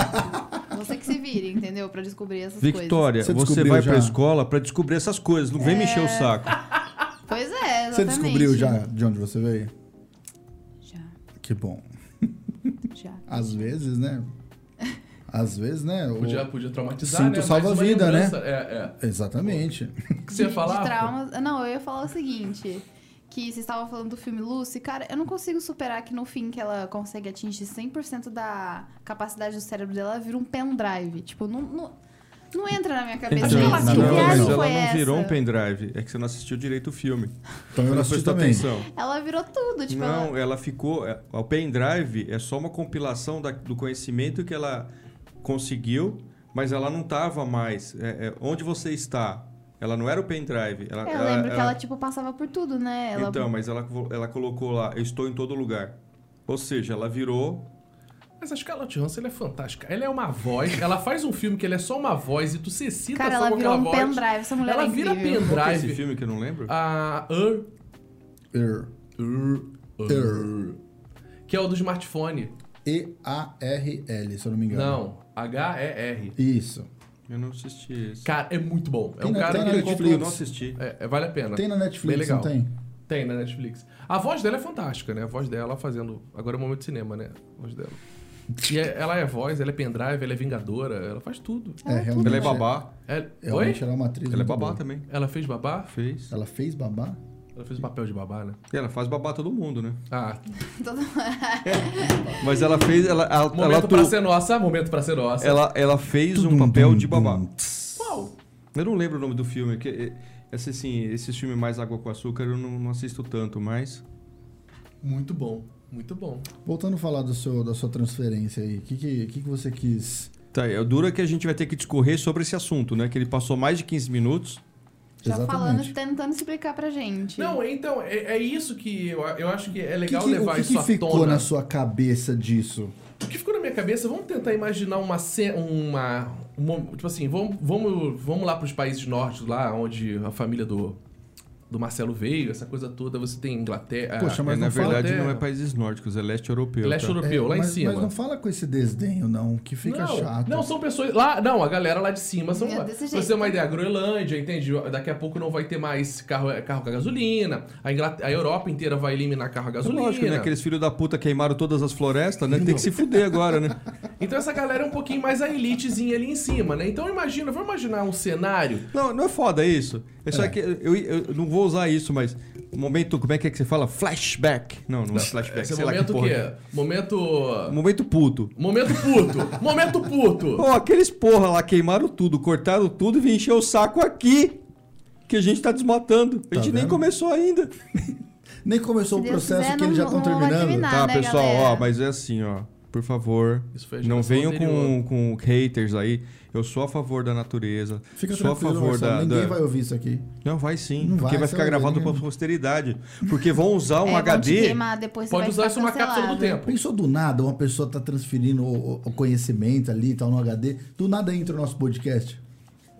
Você que se vire, entendeu? Pra descobrir essas
Victória,
Você
você
descobriu
vai
já?
pra escola pra descobrir essas coisas. Não vem
É.
me encher o saco.
coisas. Pois é, exatamente.
Você descobriu já de onde você veio?
Já,
Que bom.
já.
Às vezes, né? Às vezes, né? O-
Podia, podia traumatizar,
Cinto
né? Mais
salva
uma
vida, né?
lembrança. É,
Exatamente.
é. O que você ia
de,
falar?
de traumas. Ah, Não, eu ia falar o seguinte. Que vocês estavam falando do filme Lucy. Cara, eu não consigo superar que no fim que ela consegue atingir 100% da capacidade do cérebro dela, ela vira um pendrive. Tipo, não, não, não entra na minha cabeça.
Então,
Sei lá,
mas
que
ela
viagem
mas ela
foi
não
essa?
virou um pendrive. É que você não assistiu direito o filme.
Então eu não assisti
prestou
também.
atenção.
Ela virou tudo. Tipo, ela-
não, ela ficou. é, O pendrive é só uma compilação da- do conhecimento que ela conseguiu, mas ela não estava mais. é, é, onde você está? Ela não era o pendrive. Ela,
Eu
ela-
lembro que
ela-
ela, tipo, passava por tudo, né? Ela...
Então, mas ela, ela colocou lá, eu estou em todo lugar. Ou seja, ela virou.
Mas a Scarlett Johansson ela é fantástica. Ela é uma voz, ela faz um filme que ela é só uma voz e tu se excita só
Cara, ela
com
virou
aquela
um
voz.
pendrive. Essa mulher
ela
é
vira
incrível.
Qual que é esse
pendrive.
filme que eu não
Ah.
lembro?
A Ur,
Er.
Ur,
Er.
que é o do smartphone.
E-A-R-L, se eu não me engano.
Não, H-E-R.
Isso.
Eu não assisti esse.
Cara, é muito bom. É
Tem
um
na-
cara
tem
que
na
ele
Ele comprou, eu não
comprou.
assisti.
É, é, vale a pena.
Tem na
Bem
Netflix,
legal.
não tem?
Tem na Netflix. A voz dela é fantástica, né? A voz dela fazendo. Agora é o momento de cinema, né? A voz dela. E é- ela é voz, ela é pendrive, ela é vingadora, ela faz tudo.
Ela é
realmente.
Ela é babá.
Ela- Oi?
Realmente ela é uma atriz.
Ela é
muito
babá
boa.
também.
Ela fez babá?
Fez.
Ela fez babá?
Ela fez o papel de babá, né?
E Ela faz babá todo mundo, né?
Ah,
Todo-
Mas ela fez. Ela, ela,
momento
ela,
pra
atu-
ser nossa, momento pra ser nossa.
ela- ela fez um papel de babá.
Qual?
Eu não lembro o nome do filme. Que, é- esse, assim, esses filmes mais água com açúcar eu não, não assisto tanto, mas.
Muito bom, muito bom.
Voltando a falar do seu, da sua transferência aí, o que, que, que que você quis?
Tá, é dura que a gente vai ter que discorrer sobre esse assunto, né? Que ele passou mais de 15 minutos.
Já
Exatamente.
falando, tentando explicar pra gente.
Não, então, é, é isso que eu, eu acho que é
O que,
legal
que-
levar
o que,
isso
que
à
ficou
tona.
na sua cabeça disso?
O que ficou na minha cabeça, vamos tentar imaginar uma ce- uma, uma- tipo assim, vamos, vamos, vamos lá pros países nórdicos lá onde a família do do Marcelo veio, essa coisa toda, você tem Inglaterra,
Poxa, mas
É, na
não fala
verdade,
até-
não é países nórdicos, é leste europeu.
leste
tá?
europeu, lá
É, mas,
em cima.
Mas não fala com esse desdenho, não, que fica
não,
chato.
não, são pessoas. Lá, não, a galera lá de cima são.
É desse
pra
jeito.
você ter uma ideia, a Groenlândia, entende? Daqui a pouco não vai ter mais carro, é, carro com a gasolina. A, Inglaterra, a Europa inteira vai eliminar carro a
É
gasolina.
Lógico, né? Aqueles filhos da puta queimaram todas as florestas, né? Tem que se fuder agora, né?
Então essa galera é um pouquinho mais a elitezinha ali em cima, né? Então imagina, vamos imaginar um cenário.
Não, não é foda isso. É só que eu, eu não vou usar isso, mas. Momento, como é que é que você fala? Flashback. Não, não é flashback.
Esse
sei lá que
momento o
porra.
quê?
que é.
Momento.
Momento puto.
Momento puto! momento puto!
Ó, aqueles porra lá queimaram tudo, cortaram tudo e vim encher o saco aqui. Que a gente tá desmatando. A
Tá
gente nem
vendo?
começou ainda.
Nem começou
Se
o
Deus
processo
quiser,
que eles já
não-
estão
não vai
terminando.
terminar. Ah,
tá,
né,
pessoal,
galera?
ó, mas é assim, ó. Por favor,
Isso foi a
não
geração
venham com,
anterior.
com haters aí. Eu sou a favor da natureza.
Fica
sou a
tranquilo,
favor
Marcelo,
da.
ninguém
da-
vai ouvir isso aqui.
Não, vai sim.
Não
porque
vai,
vai,
você
ficar
vai ver
gravado pra
ninguém.
posteridade. Porque vão usar um
É, vão te
HD.
queimar, depois você
Pode
vai
usar
ficar
isso numa cápsula do
cancelado.
tempo.
Pensou do nada, uma pessoa tá transferindo o, o- o conhecimento ali e tal no HD, do nada entra o nosso podcast.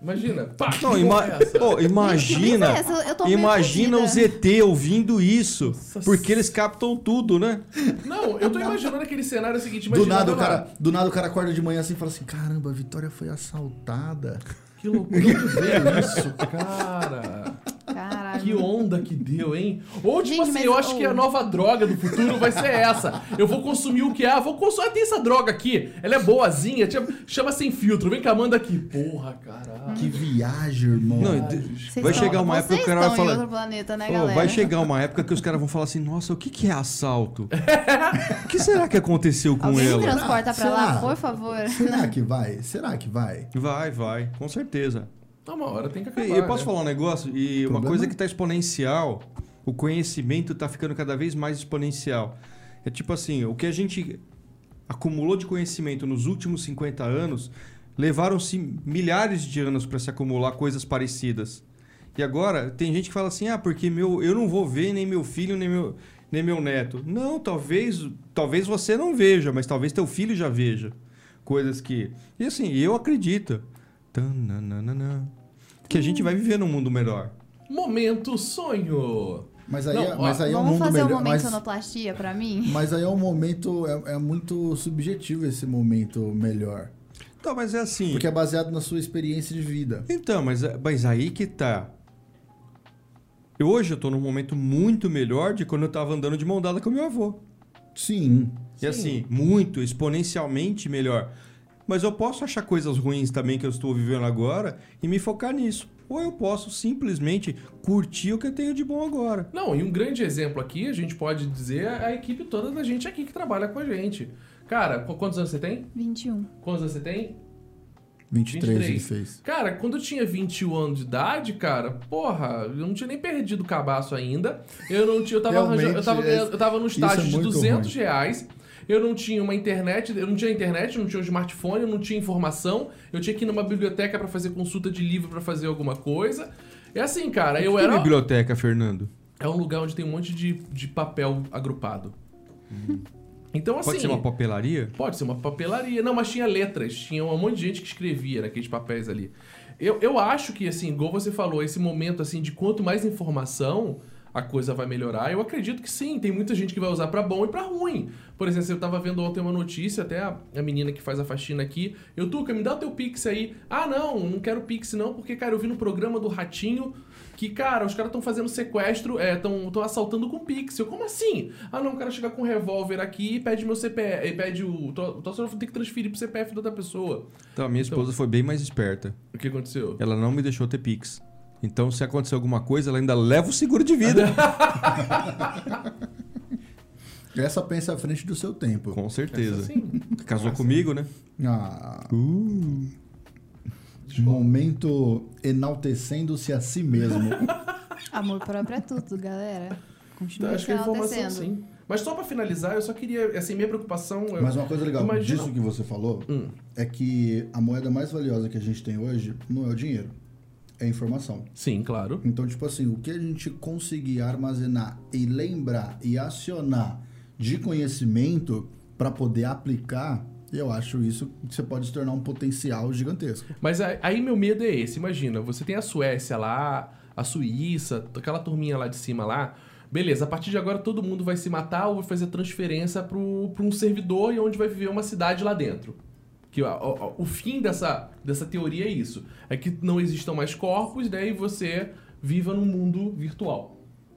Imagina. Pá,
Não,
que
ima-
porra é essa?
Ô, imagina.
Gente, que brisa é essa? Eu tô meio
imagina o
perdida.
ZT ouvindo isso.
Nossa
Porque eles captam tudo, né?
Não, eu tô imaginando aquele cenário seguinte,
Do
imagina.
nada, o
olha lá.
cara, do nada o cara acorda de manhã assim e fala assim: caramba, a Vitória foi assaltada.
Que loucura que veio isso, cara.
Caralho.
Que onda que deu, hein? Ou tipo
Gente,
assim,
mas-
eu acho
oh.
que a nova droga do futuro vai ser essa. Eu vou consumir o que há, vou consumir. Ah, tem essa droga aqui, ela é boazinha, tia- chama sem filtro, vem cá, manda aqui. Porra, caralho.
Que viagem, irmão.
Não, de-
Vocês estão-
vai chegar uma época que o
vocês
cara vai
estão em
falar.
outro planeta, né,
Ô,
galera?
vai chegar uma época que os caras vão falar assim: Nossa, o que, que é assalto? o que será que aconteceu com
Alguém me
ela?
transporta pra
Sei
lá,
lá.
por favor.
Será que vai? Será que vai?
Vai, vai, com certeza.
Tá uma hora, tem que acabar.
E eu posso
né?
falar um negócio? E uma
Problema?
coisa que tá exponencial, o conhecimento tá ficando cada vez mais exponencial. É tipo assim, o que a gente acumulou de conhecimento nos últimos 50 anos, levaram-se milhares de anos para se acumular coisas parecidas. E agora tem gente que fala assim: "Ah, porque meu, eu não vou ver nem meu filho, nem meu nem meu neto. Não, talvez, talvez você não veja, mas talvez teu filho já veja. Coisas que. E assim, eu acredito. Tananana. Que a gente vai viver num mundo melhor.
Momento sonho.
Mas aí,
Não,
é-
ó,
mas aí é um
Vamos
mundo
fazer
melhor.
um momento
mas,
sonoplastia pra mim?
mas aí é um momento. É, é muito subjetivo esse momento melhor.
Então, mas é assim.
Porque é baseado na sua experiência de vida.
Então, mas, mas aí que tá. Eu, hoje eu tô num momento muito melhor de quando eu tava andando de mão dada com meu avô.
Sim.
E assim, muito, exponencialmente melhor. Mas eu posso achar coisas ruins também que eu estou vivendo agora e me focar nisso. Ou eu posso simplesmente curtir o que eu tenho de bom agora.
Não, e um grande exemplo aqui, a gente pode dizer, é a equipe toda da gente aqui que trabalha com a gente. Cara, qu- quantos anos você tem?
21.
Quantos anos você tem?
23,
23.
ele fez.
Cara, quando eu tinha 21 anos de idade, cara, porra, eu não tinha nem perdido o cabaço ainda. Eu não tinha, eu tava
Realmente,
arranjando, eu tava, ganhando- eu tava num
isso é
estágio de
muito
200 reais. Eu não tinha uma internet, eu não tinha internet, eu não tinha um smartphone, eu não tinha informação. Eu tinha que ir numa biblioteca pra fazer consulta de livro pra fazer alguma coisa. É assim, cara, eu
Que
era
biblioteca, Fernando?
é um lugar onde tem um monte de, de papel agrupado. Então assim,
Uhum. Pode ser uma papelaria?
Pode ser uma papelaria. Não, mas tinha letras. Tinha um monte de gente que escrevia naqueles papéis ali. Eu, eu acho que, assim, igual você falou, esse momento, assim, de quanto mais informação a coisa vai melhorar, eu acredito que sim. Tem muita gente que vai usar pra bom e pra ruim. Por exemplo, eu tava vendo ontem uma notícia, até a, a menina que faz a faxina aqui. Eu, Tuca, me dá o teu Pix aí. Ah, não, não quero Pix não, porque, cara, eu vi no programa do Ratinho que, cara, os caras estão fazendo sequestro, estão tão assaltando com pixel. Como assim? Ah, não, o cara chega com um revólver aqui e pede meu CPF, e pede o... O torcedor tem que transferir pro CPF da outra pessoa.
Então, a minha esposa foi bem mais esperta.
O que aconteceu?
Ela não me deixou ter Pix. Então, se acontecer alguma coisa, ela ainda leva o seguro de vida.
Essa pensa à frente do seu tempo.
Com certeza.
Sim.
Casou comigo, né?
Ah. Momento enaltecendo-se a si mesmo.
Amor próprio é tudo, galera. Continua
Então, acho que é informação,
Tá acontecendo.
sim. Mas só pra finalizar, eu só queria... Assim, minha preocupação... é-
Mas uma coisa legal
Imagina-
disso que você falou
Hum.
é que a moeda mais valiosa que a gente tem hoje não é o dinheiro, é a informação.
Sim, claro.
Então, tipo assim, o que a gente conseguir armazenar e lembrar e acionar de conhecimento para poder aplicar, eu acho isso que você pode se tornar um potencial gigantesco.
Mas aí, aí meu medo é esse, imagina, você tem a Suécia lá, a Suíça, aquela turminha lá de cima lá. Beleza, a partir de agora todo mundo vai se matar ou vai fazer transferência para um servidor e onde vai viver uma cidade lá dentro. Que ó, ó, ó, o fim dessa, dessa teoria é isso. É que não existam mais corpos, né? E você viva num mundo virtual.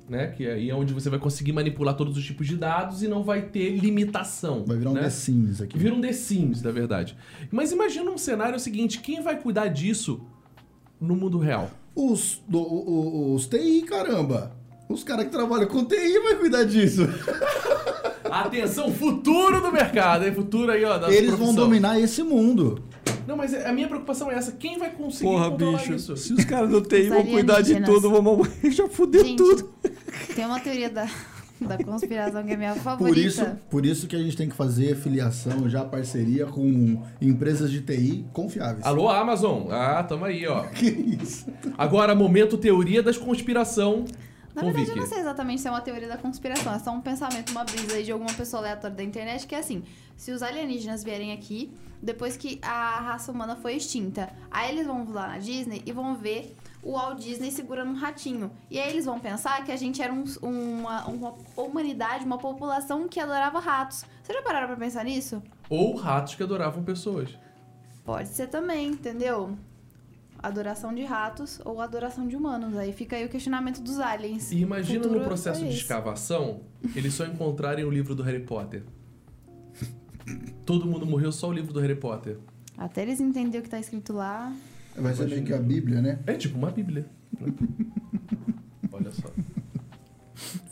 Né? Que aí é onde você vai conseguir manipular todos os tipos de dados e não vai ter limitação.
Vai virar um
né?
The Sims aqui.
Vira um The Sims, na verdade. Mas imagina um cenário seguinte: quem vai cuidar disso no mundo real?
Os, do- o- o- os TI, caramba! Os caras que trabalham com TI vai cuidar disso.
Atenção, futuro do mercado, hein? Futuro aí, ó. Da
Eles vão
profissão.
dominar esse mundo.
Não, mas a minha preocupação é essa: quem vai conseguir
Porra,
controlar
bicho.
isso?
Se os caras do TI vão
alienígenas.
cuidar de tudo, vão já fudeu
Gente,
tudo.
Tem uma teoria da, da conspiração que é minha favorita.
Por isso, por isso que a gente tem que fazer filiação, já parceria com empresas de TI confiáveis.
Alô, Amazon. Ah, tamo aí, ó.
Que isso?
Agora, momento teoria das conspiração.
Na
com
verdade,
Vicky.
eu não sei exatamente se é uma teoria da conspiração, é só um pensamento, uma brisa aí de alguma pessoa aleatória da internet que é assim: se os alienígenas vierem aqui, depois que a raça humana foi extinta, aí eles vão lá na Disney e vão ver o Walt Disney segurando um ratinho. E aí eles vão pensar que a gente era um- uma, uma humanidade, uma população que adorava ratos. Vocês já pararam pra pensar nisso?
Ou ratos que adoravam pessoas.
Pode ser também, entendeu? Adoração de ratos ou adoração de humanos. Aí fica aí o questionamento dos aliens.
E imagina
Futuro
no processo
é
de
esse.
escavação, eles só encontrarem o livro do Harry Potter. Todo mundo morreu, só o livro do Harry Potter.
Até eles entenderem o que tá escrito lá.
Vai ser meio que a Bíblia, né?
É tipo uma bíblia. Olha só.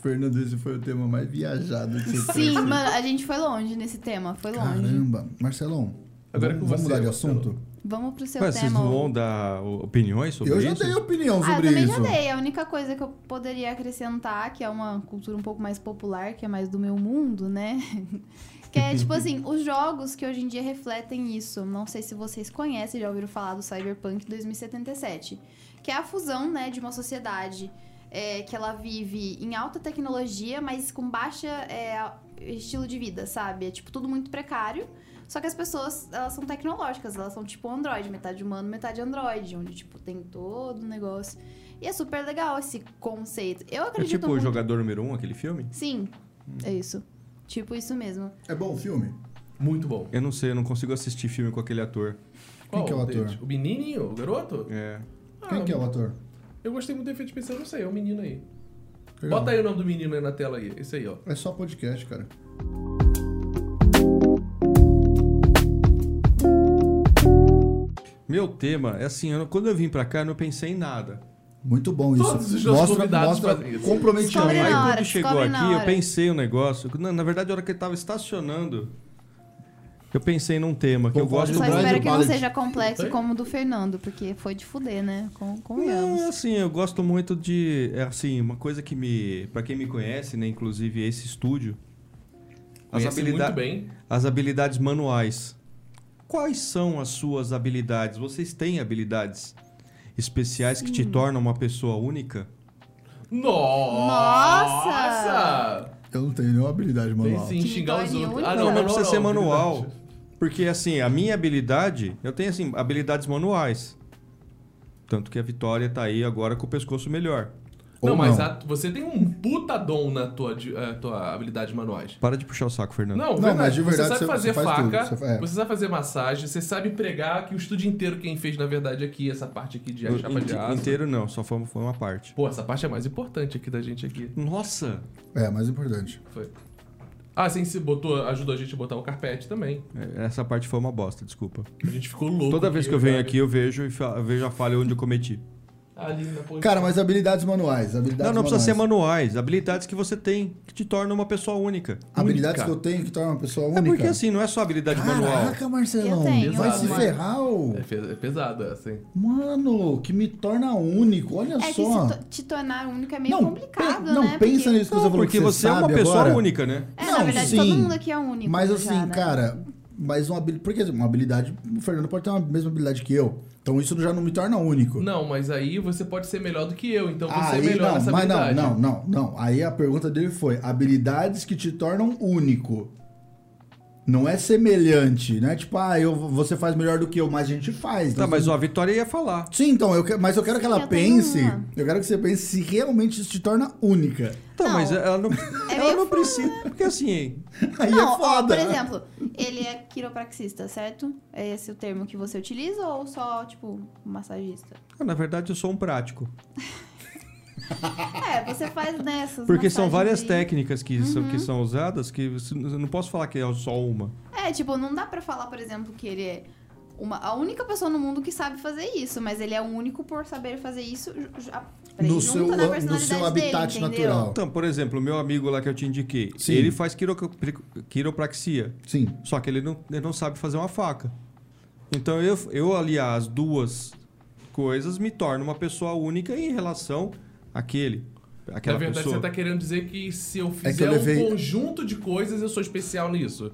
Fernando, esse foi o tema mais viajado que você
Sim,
trouxe.
mano, a gente foi longe nesse tema, foi longe.
Caramba. Marcelão,
Agora é com
vamos
você,
mudar de
Marcelo.
assunto?
Vamos pro seu
Mas vocês
tema.
não vão dar o- opiniões sobre
eu
isso?
já dei opinião
Ah, eu
sobre
também
isso.
já dei. A única coisa que eu poderia acrescentar, que é uma cultura um pouco mais popular, que é mais do meu mundo, né? Que é tipo assim, os jogos que hoje em dia refletem isso. Não sei se vocês conhecem, já ouviram falar do Cyberpunk 2077. Que é a fusão, né, de uma sociedade é, que ela vive em alta tecnologia, mas com baixa é, a- estilo de vida, sabe? É tipo tudo muito precário. Só que as pessoas, elas são tecnológicas, elas são tipo Android, metade humano, metade Android, onde tipo tem todo o negócio. E é super legal esse conceito. Eu
É
acredito
tipo o
muito...
jogador número um, aquele filme?
Sim, é isso. Tipo isso mesmo.
É bom o filme?
Muito bom.
Eu não sei, eu não consigo assistir filme com aquele ator.
Qual
que é o ator?
deles? O menininho? O garoto?
É.
Ah,
Quem que é o ator?
Eu gostei muito do efeito especial, não sei, é um menino aí.
Legal.
Bota aí o nome do menino aí na tela aí, esse aí, ó.
É só podcast, cara.
Meu tema é assim, eu não- quando eu vim pra cá, eu não pensei em nada.
Muito bom isso.
Todos os nossos
mostra
convidados
mostra
fazem isso.
Descobre na
Aí
comprometimento.
hora,
quando chegou
descobre na
aqui, eu
hora.
pensei um negócio. Na, na verdade, a hora que ele tava estacionando, eu pensei num tema que eu
Pô,
gosto
Só
Brian
muito.
espera
espero que não
Ballet.
seja complexo
Oi?
como o do Fernando, porque foi de fuder, né? Com,
Não,
convenhamos.
é assim, eu gosto muito de. É assim, uma coisa que me. Pra quem me conhece, né? Inclusive esse estúdio. As,
Conhece
habilida
muito bem.
as habilidades manuais. Quais são as suas habilidades? Vocês têm habilidades especiais que te tornam uma pessoa única?
Nossa!
Eu não tenho nenhuma habilidade
Tem
manual.
sim,
Que
xingar os
torne
outros.
única.
Ah,
Não,
não,
não, precisa ser manual.
verdade.
Porque assim, a minha habilidade, eu tenho assim, habilidades manuais. Tanto que a Vitória tá aí agora com o pescoço melhor.
Ou
não, mas
não.
a- você tem um puta dom na tua, di- eh, tua habilidade manuais.
Para de puxar o saco, Fernando.
Não,
Não,
verdade,
mas de verdade
você sabe
você-
fazer
você faz
faca,
tudo, você fa- é.
você sabe fazer massagem, você sabe pregar, que o estúdio inteiro quem fez, na verdade, aqui, essa parte aqui de
Eu-
é chapa de
inte-
aço.
inteiro não, só foi, foi uma parte.
Pô, essa parte é mais importante aqui da gente aqui.
Nossa!
É, mais importante.
Foi. Ah, sim, você botou, ajudou a gente a botar o carpete também.
É, Essa parte foi uma bosta, desculpa.
A gente ficou louco.
Toda vez que eu venho
cara. Ah,
aqui, eu vejo e fa- eu vejo a falha onde eu cometi.
Ali na posição.
Cara, mas habilidades manuais. Habilidades
Não, não precisa
manuais.
ser manuais, habilidades que você tem que te tornam uma pessoa única.
Habilidades
única.
que eu tenho que torna uma pessoa única.
É porque assim, não é só habilidade manual.
Caraca, Marcelão.
Eu tenho.
Vai se
Exato.
ferrar, ô.
É, pe- é pesada, assim.
Mano, que me torna único. Olha
É que se
só.
to- te tornar único é meio
Não,
complicado,
pe- não,
né?
pensa
Porque-
nisso que você falou
Porque
tá que
você é uma
sabe
pessoa
agora.
única, né?
É, na verdade, todo mundo aqui é único.
Mas
já,
assim,
né?
cara, mas uma habilidade. Porque assim, uma habilidade. O Fernando pode ter a mesma habilidade que eu. Então isso já não me torna único.
Não, mas aí você pode ser melhor do que eu, então você é
Aí
melhor
não,
nessa
mas não,
habilidade.
não, não, não. Aí a pergunta dele foi: habilidades que te tornam único. Não é semelhante, né? Tipo, ah, eu, você faz melhor do que eu, mas a gente faz.
Tá,
então
mas ó, a Vitória ia falar.
Sim, então, eu que- mas eu quero que ela
eu tenho
pense.
uma.
Eu quero que você pense se realmente isso te torna única.
Tá,
Não. É
mas ela não, ela
meio né?
não precisa. Porque assim,
Aí
não,
é foda.
Ó, por exemplo, ele é quiropraxista, certo? É esse o termo que você utiliza ou só, tipo, massagista?
na verdade eu sou um prático.
É, você faz nessas.
Porque são
massagens
várias
aí.
técnicas que, são,
Uhum.
que são usadas que você- eu não posso falar que é só uma.
É, tipo, não dá pra falar, por exemplo, que ele é uma, a única pessoa no mundo que sabe fazer isso, mas ele é o único por saber fazer isso ju- ju- a- peraí,
No
junto
seu-
na
no seu
personalidade
habitat
dele, entendeu?
natural.
Então, por exemplo, o meu amigo lá que eu te indiquei,
Sim.
ele faz quirocri- quiropraxia.
Sim.
Só que ele não, ele não sabe fazer uma faca. Então eu, eu aliar as duas coisas me torno uma pessoa única em relação àquele. Aquela
Na verdade,
pessoa.
você tá querendo dizer que se eu
É eu
fizer
levei-
um conjunto de coisas, eu sou especial nisso.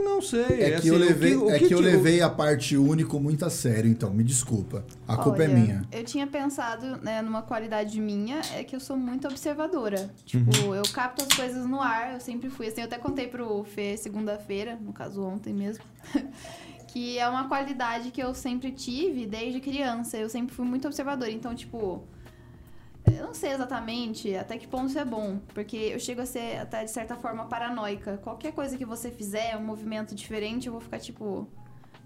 Não sei.
É, que
assim,
eu
o
levei,
o
é que eu
te-
levei a parte único muito a sério, então me desculpa. A culpa é
Olha,
minha.
Eu tinha pensado né, numa qualidade minha, é que eu sou muito observadora.
Uhum.
Tipo, eu capto as coisas no ar, eu sempre fui assim. Eu até contei pro Fê segunda-feira, no caso ontem mesmo, que é uma qualidade que eu sempre tive desde criança. Eu sempre fui muito observadora. Então, tipo, eu não sei exatamente até que ponto isso é bom, porque eu chego a ser até de certa forma paranoica. Qualquer coisa que você fizer, um movimento diferente, eu vou ficar tipo,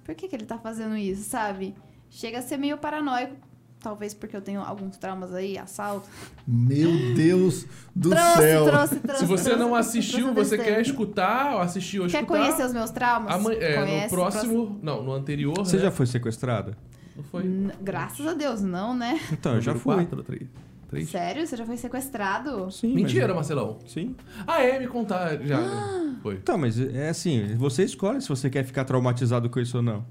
por que, que ele tá fazendo isso, sabe? Chega a ser meio paranoico, talvez porque eu tenho alguns traumas aí, assalto.
Meu Deus do
trouxe,
céu.
trouxe, trouxe.
Se você
trouxe,
não
trouxe,
assistiu,
trouxe
você quer
besteira.
escutar, ou assistir ou
Quer
escutar.
conhecer os meus traumas?
amanhã- é,
Conhece,
no próximo. Não, no anterior.
Você
né?
já foi sequestrada?
Não foi?
N- Graças a Deus, não, né?
Então, eu já
Número
fui.
quatro, três. Três?
Sério? Você já foi sequestrado?
Sim, mas- é-
Mentira, Marcelão.
Sim.
Ah, é, me contar já. né? Foi.
Então, mas é assim, você escolhe se você quer ficar traumatizado com isso ou não.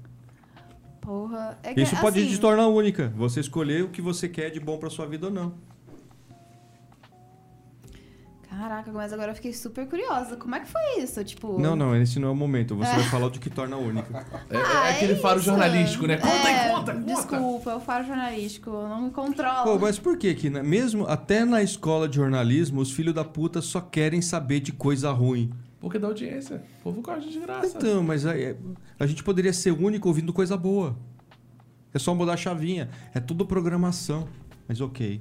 Porra. É que,
Isso pode
assim,
te tornar única. Você escolher o que você quer de bom pra sua vida ou não.
Caraca, mas agora eu fiquei super curiosa. Como é que foi isso? Tipo.
Não, não, esse não é o momento. Você vai falar do que torna única.
É, é
Ah,
aquele faro
isso.
jornalístico, né? Conta aí,
É,
conta, conta!
Desculpa, é o faro jornalístico. eu Não me controla.
Pô, mas por que que, né, mesmo até na escola de jornalismo, os filhos da puta só querem saber de coisa ruim?
Porque dá audiência. O povo gosta de graça.
Então, mas aí, é- a gente poderia ser único ouvindo coisa boa. É só mudar a chavinha. É tudo programação. Mas ok.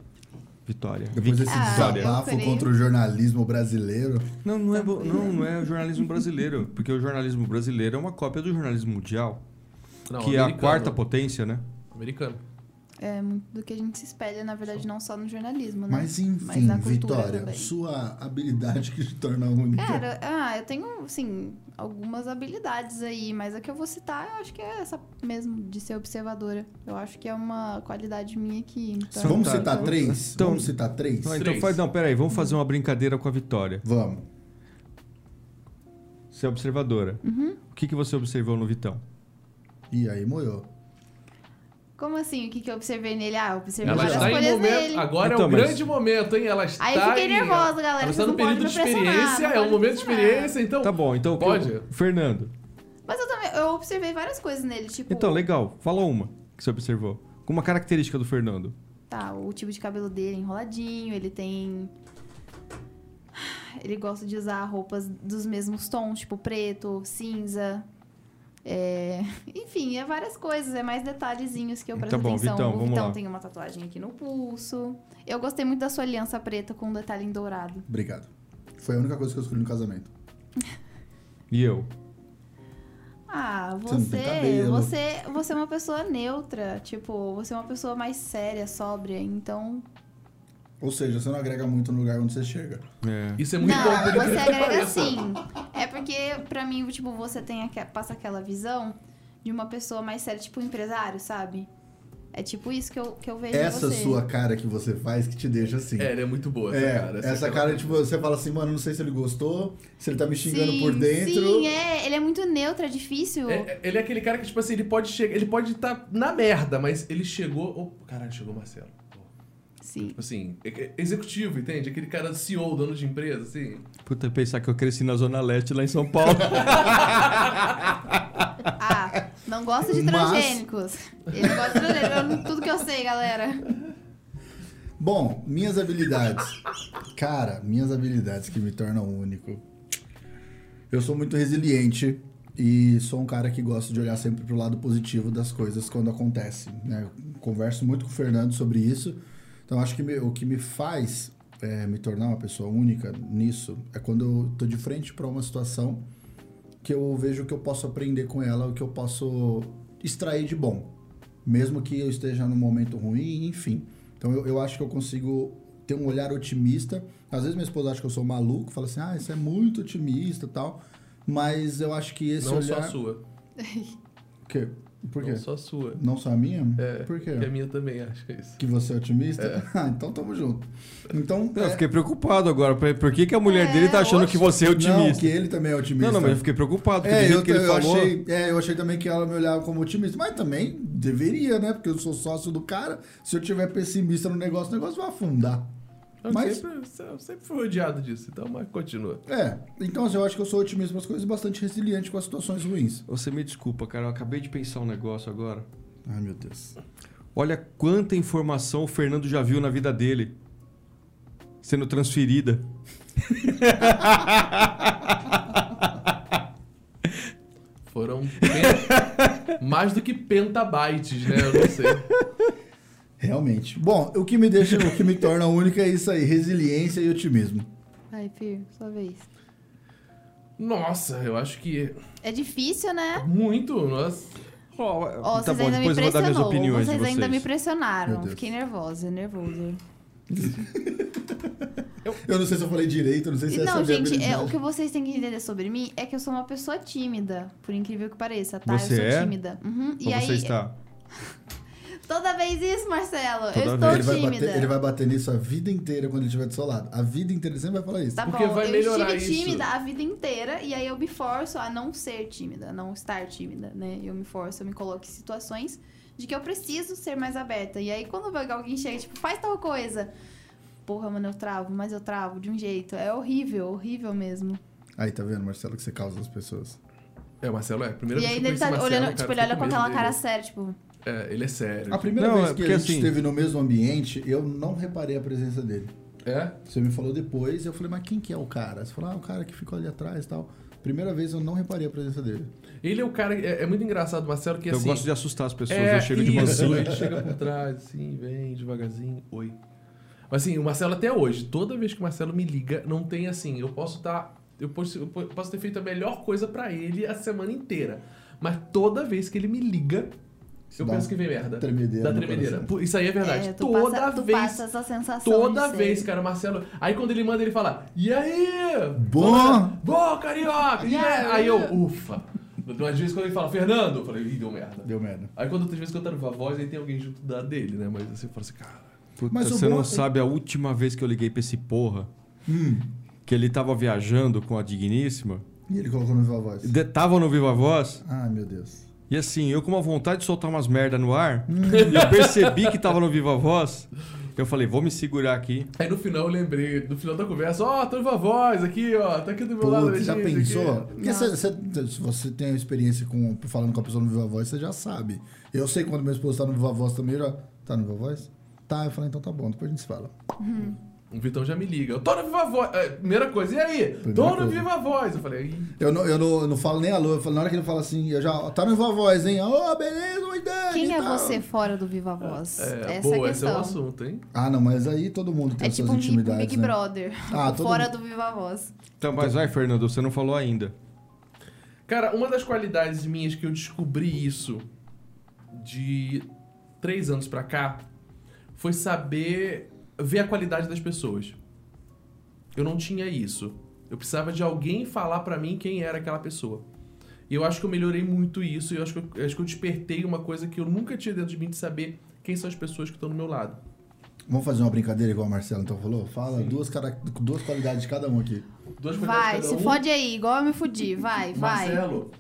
Vitória.
Depois
Vicky.
desse
Ah, eu
desabafo
creio.
contra o jornalismo brasileiro.
Né?
Não, não é, bo- não, não é o jornalismo brasileiro. Porque o jornalismo brasileiro é uma cópia do jornalismo mundial.
Não,
que é a
americano.
quarta potência, né?
Americano.
É muito do que a gente se espelha, na verdade, não só no jornalismo, né?
Mas enfim,
na cultura
Vitória,
também.
sua habilidade que te torna única.
Cara, ah, eu tenho, assim, algumas habilidades aí, mas a que eu vou citar, eu acho que é essa mesmo, de ser observadora. Eu acho que é uma qualidade minha que. Então,
Vamos
Então,
citar
tá.
três?
Então-
Vamos citar três?
Não, então
Três.
faz. Não, peraí,
Uhum.
vamos fazer uma brincadeira com a Vitória.
Vamos.
Você é observadora.
Uhum.
O que, que você observou no Vitão?
E aí, moiou.
Como assim? O que, que eu observei nele? Ah, eu observei
Ela
várias
está em
escolhas
momento.
nele.
Agora é
Então,
um
mas-
grande momento, hein? Ela está.
Aí eu fiquei
em-
nervosa, galera.
Ela
vocês
está no
não podem
período de
me pressionar,
experiência, é
não
um
podem
momento de
pressionar.
experiência, então.
Tá bom, então. o que eu-
Pode?
Fernando.
Mas eu também eu observei várias coisas nele, tipo.
Então, legal. Fala uma que você observou. Uma característica do Fernando.
Tá, o tipo de cabelo dele é enroladinho, ele tem. Ele gosta de usar roupas dos mesmos tons, tipo preto, cinza. É... Enfim, é várias coisas, é mais detalhezinhos que eu
Tá
presto
bom,
atenção.
Vitão,
o
vamos
Vitão
lá.
tem uma tatuagem aqui no pulso. Eu gostei muito da sua aliança preta com um detalhe em dourado.
Obrigado. Foi a única coisa que eu escolhi no casamento.
E eu.
Ah,
Você não tem
você,
cabelo.
você, você é uma pessoa neutra, tipo, você é uma pessoa mais séria, sóbria, então
Ou seja, você não agrega muito no lugar onde você chega.
É.
Isso é muito
não,
bom, por incrível
você
que
agrega
pareça.
sim. É porque, pra mim, tipo, você tem aque- passa aquela visão de uma pessoa mais séria, tipo empresário, sabe? É tipo isso que eu, que eu vejo em
Essa
você.
sua cara que você faz que te deixa assim.
É, ela é muito boa essa
É,
cara. então.
essa, cara, tipo, você fala assim, mano, não sei se ele gostou, se ele tá me xingando
sim,
por dentro.
Sim, é. Ele é muito neutro, é difícil.
É, é, ele é aquele cara que, tipo assim, ele pode chegar. Ele pode estar na merda, mas ele chegou. Oh, caralho, chegou o Marcelo.
Sim.
Tipo assim, é- é executivo, entende? Aquele cara CEO, dono de empresa, assim.
Puta, pensar que eu cresci na Zona Leste lá em São Paulo.
Ah, não gosta de
Mas-
transgênicos. Ele gosta de transgênicos. eu não- Tudo que eu sei, galera.
Bom, minhas habilidades. Cara, minhas habilidades que me tornam único. Eu sou muito resiliente e sou um cara que gosta de olhar sempre pro lado positivo das coisas quando acontecem. né? Eu converso muito com o Fernando sobre isso. Então acho que me- o que me faz é, me tornar uma pessoa única nisso é quando eu tô de frente para uma situação que eu vejo o que eu posso aprender com ela, o que eu posso extrair de bom. Mesmo que eu esteja num momento ruim, enfim. Então eu, eu acho que eu consigo ter um olhar otimista. Às vezes minha esposa acha que eu sou maluco, fala assim, ah, isso é muito otimista e tal. Mas eu acho que esse
não só
olhar.
a sua.
O quê? Por quê?
Não só a sua.
Não só a minha?
É,
Por quê?
Que a minha também, acho que é isso.
Que você é otimista? Ah, então tamo junto. Então.
Eu
é-
fiquei preocupado agora. Por- Por que, que a mulher dele tá achando que você é
Não,
otimista?
que ele também é otimista.
Não, não, mas eu fiquei preocupado. Porque do
É
jeito
eu,
que ele
eu
falou.
achei, é, eu achei também que ela me olhava como otimista, mas também deveria, né? Porque eu sou sócio do cara. Se eu tiver pessimista no negócio, o negócio vai afundar.
Eu
Mas-
sempre, eu sempre fui odiado disso, então, mas continua.
É, então assim, eu acho que eu sou otimista para as coisas e bastante resiliente com as situações ruins.
Você me desculpa, cara. Eu acabei de pensar um negócio agora.
Ai, meu Deus.
Olha quanta informação o Fernando já viu na vida dele sendo transferida.
Foram pen- mais do que pentabytes, né? Eu não sei.
Realmente. Bom, o que me deixa, o que me torna única é isso aí, resiliência e otimismo.
Vai, Fir, sua vez.
Nossa, eu acho que
É difícil, né?
muito. Nossa.
Ó,
tá
vocês
bom,
ainda
depois eu
me
vou dar minhas
pressionou.
opiniões
vocês,
de vocês.
ainda me
Meu
pressionaram.
Deus.
Fiquei nervosa, nervosa.
Eu não sei se eu falei direito, eu não sei se essa é
Não,
a minha
gente, é,
habilidade.
o que vocês têm que entender sobre mim é que eu sou uma pessoa tímida, por incrível que pareça, tá?
Você
eu sou
é?
tímida. Uhum.
Ou
E aí,
você está?
toda vez isso, Marcelo.
Toda
eu
ele,
vez.
estou
vai
tímida.
bater, ele vai bater nisso a vida inteira quando ele estiver do seu lado. A vida inteira ele sempre vai falar isso.
Tá
Porque
bom,
vai
eu
melhorar
estive
isso.
tímida a vida inteira e aí eu me forço a não ser tímida, a não estar tímida, né? Eu me forço, eu me coloco em situações de que eu preciso ser mais aberta. E aí quando eu vejo que alguém chega, tipo, faz tal coisa. porra, mano, eu travo, mas eu travo de um jeito. É horrível, horrível mesmo.
Aí, tá vendo, Marcelo, que você causa nas pessoas.
É, o Marcelo é. A primeira
e
vez
aí
que eu
ele
conheci
tá
o Marcelo,
olhando,
cara, eu
tipo, ele olha
fiquei
com
medo
aquela
dele.
cara séria, tipo,
É, ele é sério.
A primeira
Não,
vez
é
que a
porque
gente
assim-
esteve no mesmo ambiente, eu não reparei a presença dele.
É?
Você me falou depois, eu falei, mas quem que é o cara? Você falou, ah, o cara que ficou ali atrás e tal. Primeira vez eu não reparei a presença dele.
Ele é o cara. É, é muito engraçado, Marcelo, que
Então Eu
assim.
gosto de assustar as pessoas,
é,
eu chego de
isso,
mansinho.
Ele chega por trás, assim, vem devagarzinho. Oi. Mas assim, o Marcelo até hoje, toda vez que o Marcelo me liga, não tem assim. Eu posso estar. eu, posso, eu po- posso ter feito a melhor coisa pra ele a semana inteira. Mas toda vez que ele me liga, eu
Dá
penso que vem
uma
merda.
tremedeira
Dá
no
tremedeira.
coração.
Pô, Isso aí é verdade.
é, tu
toda
passa, tu
vez.
passa essa sensação
Toda
de ser-
vez, cara, o Marcelo. Aí quando ele manda, ele fala: E aí?
Bom?
Bom, carioca!
E
E aí?
aí?
Aí eu, ufa! Mas às vezes quando ele fala, Fernando, eu falei, ih, deu merda.
Deu merda.
Aí quando outras vezes que eu tava com a voz, aí tem alguém junto da dele, né? Mas assim, eu falo assim, cara.
Puta,
Mas o
você
bom
não
é-
sabe a última vez que eu liguei pra esse porra. Que ele tava viajando com a digníssima.
E ele colocou no viva voz.
de- Tava no Viva Voz.
Ah, meu Deus.
E assim, eu com uma vontade de soltar umas merda no ar. e eu percebi que tava no Viva Voz. Eu falei, vou me segurar aqui.
Aí no final eu lembrei, no final da conversa, ó, tô viva voz aqui, ó, tá aqui do meu lado.
Putz, já
gente,
pensou?
aqui.
Porque cê- cê- se você tem a experiência com, falando com a pessoa no Viva Voz, você já sabe. Eu sei quando meu esposo tá no Viva Voz também, eu já. Tá no Viva Voz? Tá, eu falei, então tá bom, depois a gente se fala.
O Vitão já me liga, eu tô no viva voz. É, primeira coisa, e aí? tô no
coisa.
viva voz. Eu falei, ih,
Eu não, eu não, eu não falo nem alô, eu falo, na hora que ele fala assim, eu já. Tá no Viva Voz, hein? Ô, beleza, cuidado.
Quem
e
é
tal.
você fora do Viva Voz?
é,
essa
boa,
é a
esse é o
questão.
assunto, hein?
Ah, não, mas aí todo mundo tem
é
suas
tipo um Big, um
intimidades.
Big
né?
Brother.
Ah, todo
fora
mundo-
do Viva Voz.
Então, mas vai, Fernando, você não falou ainda.
Cara, uma das qualidades minhas que eu descobri isso de três anos pra cá foi saber ver a qualidade das pessoas. Eu não tinha isso. Eu precisava de alguém falar pra mim quem era aquela pessoa. E eu acho que eu melhorei muito isso. E eu acho que eu, acho que eu despertei uma coisa que eu nunca tinha dentro de mim de saber quem são as pessoas que estão do meu lado.
Vamos fazer uma brincadeira igual o Marcelo então falou? Fala duas, cara... duas qualidades de cada um aqui.
Duas qualidades
Vai,
cada
se
um.
fode aí, igual eu me fudi. Vai, vai.
Marcelo.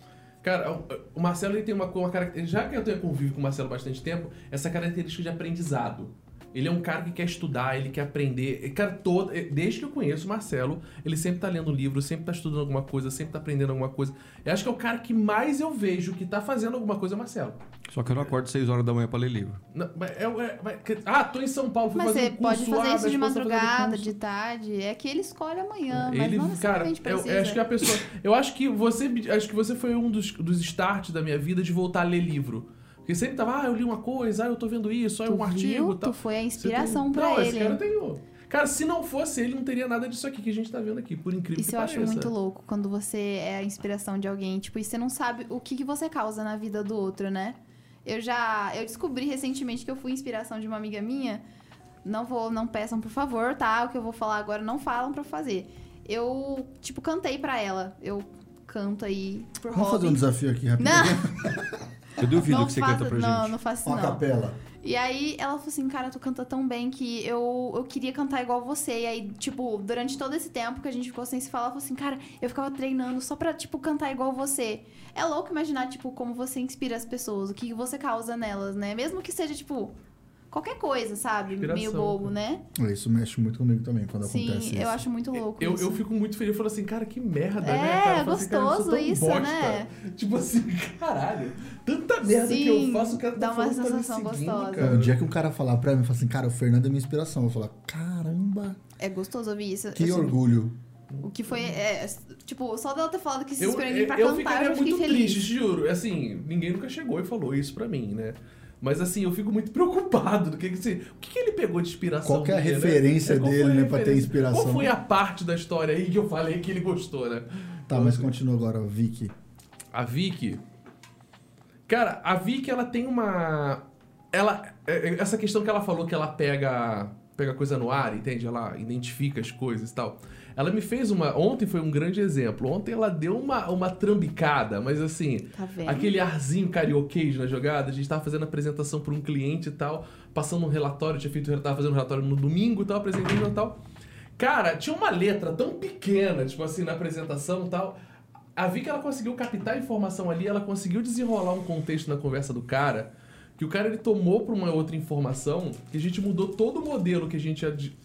Cara, o- o Marcelo ele tem uma, uma característica. Já que eu tenho convívio com o Marcelo há bastante tempo, essa característica de aprendizado. Ele é um cara que quer estudar, ele quer aprender. E, Cara, todo, eh, desde que eu conheço o Marcelo, ele sempre tá lendo livro, sempre tá estudando alguma coisa, sempre tá aprendendo alguma coisa. Eu acho que é o cara que mais eu vejo que tá fazendo alguma coisa é o Marcelo.
Só que eu não acordo 6 horas da manhã pra ler livro.
Não, mas é- é- mas- que- ah, tô em São Paulo, fui
Mas
fazer
você
um curso
pode fazer
ah, minha
isso de
esposa tá fazendo
madrugada,
curso.
de tarde. É que ele escolhe amanhã, Ah, mas
Ele,
não
cara,
necessariamente
eu,
precisa.
eu acho que a pessoa. Eu acho que você. Acho que você foi um dos, dos starts da minha vida de voltar a ler livro. Porque sempre tava, ah, eu li uma coisa, ah, eu tô vendo isso, ah,
Tu
um artigo
viu?
e tal.
Tu
Você
foi a
tem- um-
inspiração pra
não,
ele.
Esse cara tem. o- Cara, se não fosse ele, não teria nada disso aqui que a gente tá vendo aqui, por incrível
Isso
que é.
eu
pareça.
acho muito louco, quando você é a inspiração de alguém, tipo, e você não sabe o que, que você causa na vida do outro, né? Eu já. Eu descobri recentemente que eu fui inspiração de uma amiga minha. Não vou, não peçam, por favor, tá? O que eu vou falar agora não falam pra eu fazer. Eu, tipo, cantei pra ela. Eu canto aí por
Vamos fazer um
hobby.
desafio aqui rapidinho.
Não,
Eu duvido
não
que você
faço,
canta pra
não,
gente.
não faço
Uma
não.
capela.
E aí ela falou assim, cara, tu canta tão bem que eu, eu queria cantar igual você. E aí, tipo, durante todo esse tempo que a gente ficou sem se falar, ela falou assim, cara, eu ficava treinando só pra, tipo, cantar igual você. É louco imaginar, tipo, como você inspira as pessoas, o que você causa nelas, né? Mesmo que seja, tipo, qualquer coisa, sabe? Meio
Inspiração,
bobo,
cara.
né?
É, Isso mexe muito comigo também quando
Sim,
acontece isso.
eu acho muito louco
Eu,
isso.
eu fico muito feliz. Eu falo assim, cara, que merda,
É,
né? Cara, eu falo assim, cara, eu sou
gostoso
tão
isso,
bosta.
né?
Tipo assim, caralho, tanta merda que
Sim,
eu faço, o cara tá
dá uma
falando, tá me
sensação
seguindo,
gostosa.
cara.
O dia que um cara falar pra mim, falar assim, cara, o Fernando é minha inspiração. Eu vou falar, caramba,
É gostoso ouvir isso.
que
Assim,
orgulho.
O que foi, é, tipo, só dela ter falado que se
Eu, é,
inspirou em mim pra
eu
cantar,
ficaria
eu já fiquei
muito
feliz.
triste, juro. Assim, ninguém nunca chegou e falou isso pra mim, né? Mas assim, eu fico muito preocupado do que que você- o que, que ele pegou de inspiração.
Qual que é a
minha, né?
referência
qual
dele,
foi a
né, pra ter
referência?
inspiração?
Qual foi a parte da história aí que eu falei que ele gostou, né?
Tá, mas continua agora, Vicky.
A Vicky. Cara, a Vicky, ela tem uma. Ela. é- é- Essa questão que ela falou que ela pega. Pega coisa no ar, entende? Ela identifica as coisas e tal. Ela me fez uma. Ontem foi um grande exemplo. Ontem ela deu uma, uma trambicada, mas assim.
Tá vendo?
Aquele arzinho carioquês na jogada, a gente tava fazendo apresentação pra um cliente e tal, passando um relatório, tinha feito, tava fazendo um relatório no domingo e tal, apresentando e tal. Cara, tinha uma letra tão pequena, tipo assim, na apresentação e tal. A Vi que ela conseguiu captar a informação ali, ela conseguiu desenrolar um contexto na conversa do cara, que o cara ele tomou pra uma outra informação, que a gente mudou todo o modelo que a gente ia de-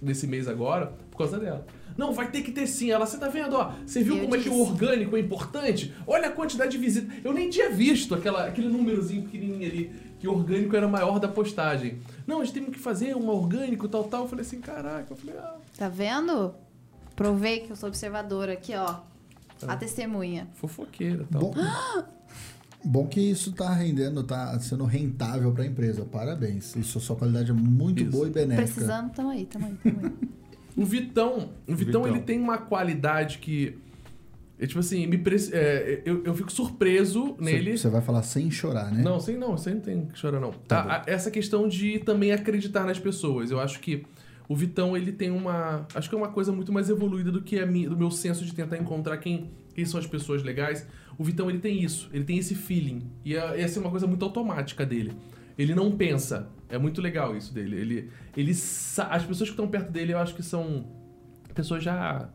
desse mês agora por causa dela. Não, vai ter que ter sim. Ela, você tá vendo, ó? Você viu
Eu
como é que o
disse.
orgânico é importante? Olha a quantidade de visitas. Eu nem tinha visto aquela, aquele númerozinho pequenininho ali, que o orgânico era maior da postagem. Não, a gente tem que fazer um orgânico, tal, tal. Eu falei assim, caraca. Eu falei, ah,
Tá vendo? Provei que eu sou observadora aqui, ó. A testemunha.
fofoqueira, tal.
Bom, bom que isso tá rendendo, tá sendo rentável pra empresa. Parabéns. Isso, sua qualidade é muito
Isso.
boa e benéfica.
Precisando, tamo aí, tamo aí, tamo aí.
O Vitão, o Vitão,
Vitão.
ele tem uma qualidade que... É tipo assim, me pre- é, eu, eu fico surpreso
Você-
nele.
Você vai falar sem chorar, né?
Não, sem não, sem não tem que chorar, não.
Tá
A- a- essa questão de também acreditar nas pessoas. Eu acho que o Vitão, ele tem uma. Acho que é uma coisa muito mais evoluída do que a minha, do meu senso de tentar encontrar quem, quem são as pessoas legais. O Vitão, ele tem isso, ele tem esse feeling. E é- essa é uma coisa muito automática dele. Ele não pensa. É muito legal isso dele. Ele, ele sa- As pessoas que estão perto dele, eu acho que são pessoas já.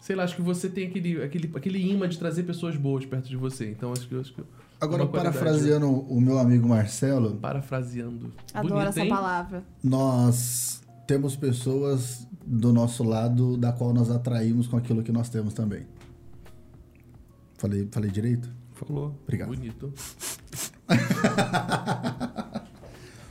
Sei lá, acho que você tem aquele, aquele, aquele imã de trazer pessoas boas perto de você. Então, acho que, acho que
Agora,
uma qualidade.
parafraseando o meu amigo Marcelo,
Parafraseando.
Adoro
Bonito,
essa
hein?
palavra.
nós temos pessoas do nosso lado da qual nós atraímos com aquilo que nós temos também. Falei, falei direito?
Falou.
Obrigado.
Bonito.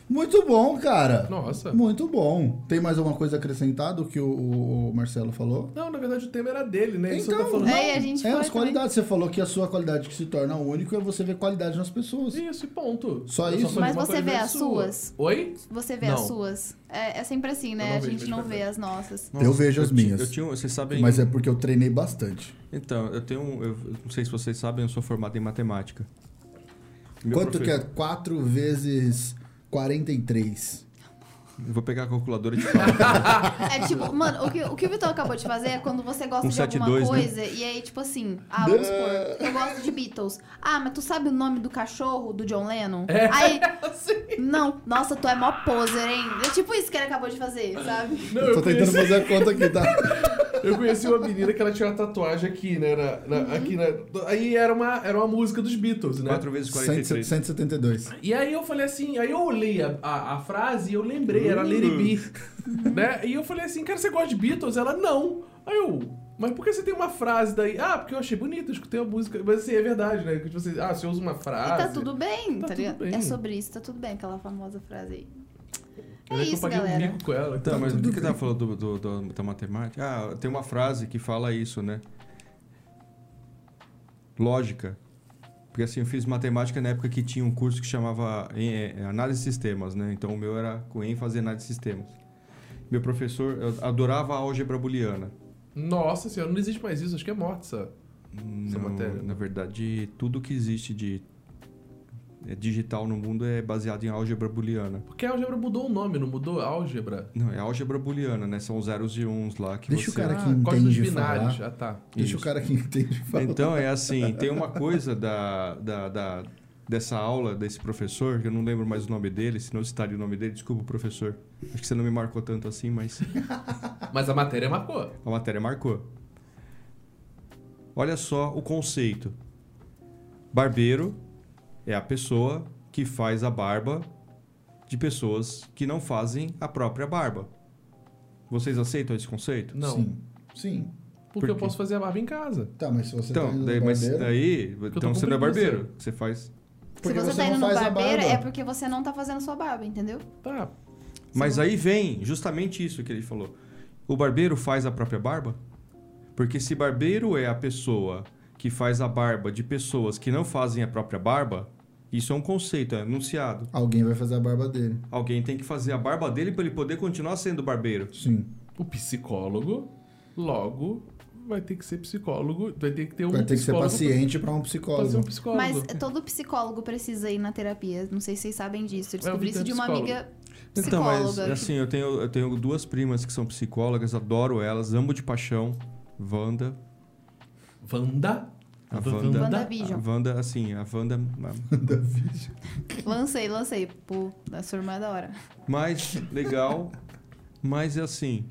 Muito bom, cara.
Nossa.
Muito bom. Tem mais alguma coisa acrescentada que o, o- o Marcelo falou?
Não, na verdade o tema era dele, né? Ele só
Então,
tá falando.
Não,
É, e a gente
é,
foi
as
também.
qualidades. Você falou que a sua qualidade que se torna único é você ver qualidade nas pessoas.
Isso, e ponto.
Só
Eu
isso?
falei
Mas
uma
você vê
qualidade
as
sua.
suas?
Oi?
Você vê
Não.
as suas. É, é sempre assim,
Eu não
né? A
vejo,
gente
mas
não
de
vê
verdade.
as nossas.
Eu vejo as
ti-
minhas.
Eu tinha, um, vocês sabem.
Mas é porque eu treinei bastante.
Então, eu tenho. um- Eu não sei se vocês sabem, eu sou formado em matemática. Meu
Quanto
profe-
que é 4 vezes 43?
Eu vou pegar a calculadora e te falar.
É tipo, mano, o que o, que o Vitor acabou de fazer é quando você gosta
Um
de
sete,
alguma
dois, né?
coisa e aí, tipo assim, ah, vamos supor, eu gosto de Beatles. Ah, mas tu sabe o nome do cachorro do John Lennon? Aí, não, nossa, tu é mó poser, hein? É tipo isso que ele acabou de fazer, sabe?
Não,
eu tô
eu
tentando
conheci,
fazer a conta aqui, tá?
eu conheci uma menina que ela tinha uma tatuagem aqui, né? na-
Uhum.
na- aqui na- aí era uma, era uma música dos Beatles, né?
4 vezes 43.
172.
E aí eu falei assim, aí eu olhei a, a, a frase e eu lembrei, era
Hum.
Lady B. né? E eu falei assim, cara, você gosta de Beatles? Ela, não. Aí eu, mas por que você tem uma frase daí? Ah, porque eu achei bonita, eu escutei a música. Mas assim, é verdade, né? Que tipo assim, ah, você usa uma
E
frase.
tá tudo bem,
Tá
tá,
tudo
ligado?
bem.
É sobre isso, tá tudo bem, aquela famosa frase aí.
Eu
É
lembro que
isso,
eu paguei
galera.
um mico com ela.
Então,
Tá
mas
tudo
do que eu tava falando do, do- do- da matemática? Ah, tem uma frase que fala isso, né? Lógica. Porque assim, eu fiz matemática na época que tinha um curso que chamava eh, eh, Análise de Sistemas, né? Então o meu era com ênfase em análise de sistemas. Meu professor eu adorava a álgebra booleana.
Nossa senhora, não existe mais isso, acho que é morte essa. Essa é
Não,
matéria. né?
Na verdade, tudo que existe de é, digital no mundo é baseado em álgebra booleana.
Porque a álgebra mudou o nome, não mudou álgebra?
Não, é álgebra booleana, né? São os zeros e uns lá que
Deixa o
você...
cara que
Ah, códigos
entende
binários.
falar.
Ah, tá.
Deixa o
Isso.
cara que entende falar.
Então é assim, tem uma coisa da, da, da- dessa aula desse professor, que eu não lembro mais o nome dele, se não citaria o nome dele, desculpa, professor. Acho que você não me marcou tanto assim, mas
Mas a matéria marcou.
a matéria marcou. Olha só o conceito. Barbeiro é a pessoa que faz a barba de pessoas que não fazem a própria barba. Vocês aceitam esse conceito?
Não.
Sim. Sim.
Porque
Por
eu
quê?
posso fazer a barba em casa.
Tá, mas se você tá
Então,
indo
daí,
no
mas
barbeiro,
daí,
tô
então você
com
não é
preguiça.
barbeiro, você faz
porque
Se você,
você
tá
não
indo no
faz a
barbeiro,
barba.
é porque você não tá fazendo sua barba, entendeu?
Tá.
Mas aí vem justamente isso que ele falou. O barbeiro faz a própria barba? Porque se barbeiro é a pessoa que faz a barba de pessoas que não fazem a própria barba, isso é um conceito, é anunciado.
alguém vai fazer a barba dele.
Alguém tem que fazer a barba dele para ele poder continuar sendo barbeiro.
Sim.
O psicólogo, logo, vai ter que ser psicólogo. Vai ter que ter um
Vai ter que ser
psicólogo
paciente pra
pra-
um
pra ser um
psicólogo.
psicólogo.
Mas todo psicólogo precisa ir na terapia. Não sei se vocês sabem disso. Eu
É, o
descobri isso
Vitor é
de uma
psicólogo.
amiga
Então,
psicóloga.
mas assim, eu tenho, eu tenho duas primas que são psicólogas, adoro elas, amo de paixão. Wanda.
é,
Wanda?
A
Van-
Wanda.
WandaVision.
A Wanda, assim, a Wanda.
Lancei, lancei. Pô, da sua irmã é da hora.
mais legal, mas é assim,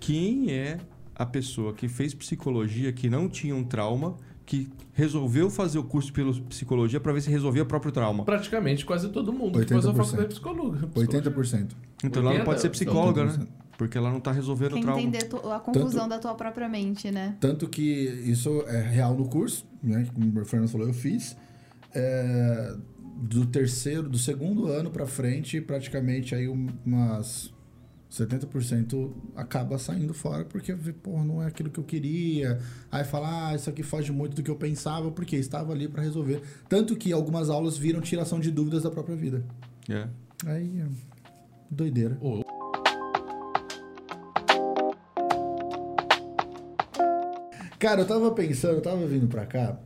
quem é a pessoa que fez psicologia, que não tinha um trauma, que resolveu fazer o curso pelo psicologia pra ver se resolvia o próprio trauma?
Praticamente quase todo mundo que faz a
80%.
faculdade de psicólogo.
80%.
Então ela não
80,
pode ser psicóloga, né?
80%.
Porque ela não tá resolvendo
Quer
o trauma.
entender tu- a confusão da tua própria mente, né?
Tanto que isso é real no curso, né? Como o Fernando falou, eu fiz. É, do terceiro, do segundo ano pra frente, praticamente aí um- umas 70% acaba saindo fora porque, vê, pô, não é aquilo que eu queria. Aí fala, ah, isso aqui foge muito do que eu pensava, porque estava ali pra resolver. Tanto que algumas aulas viram tiração de dúvidas da própria vida.
É.
Aí, é doideira. Cara, eu tava pensando, eu tava vindo pra cá,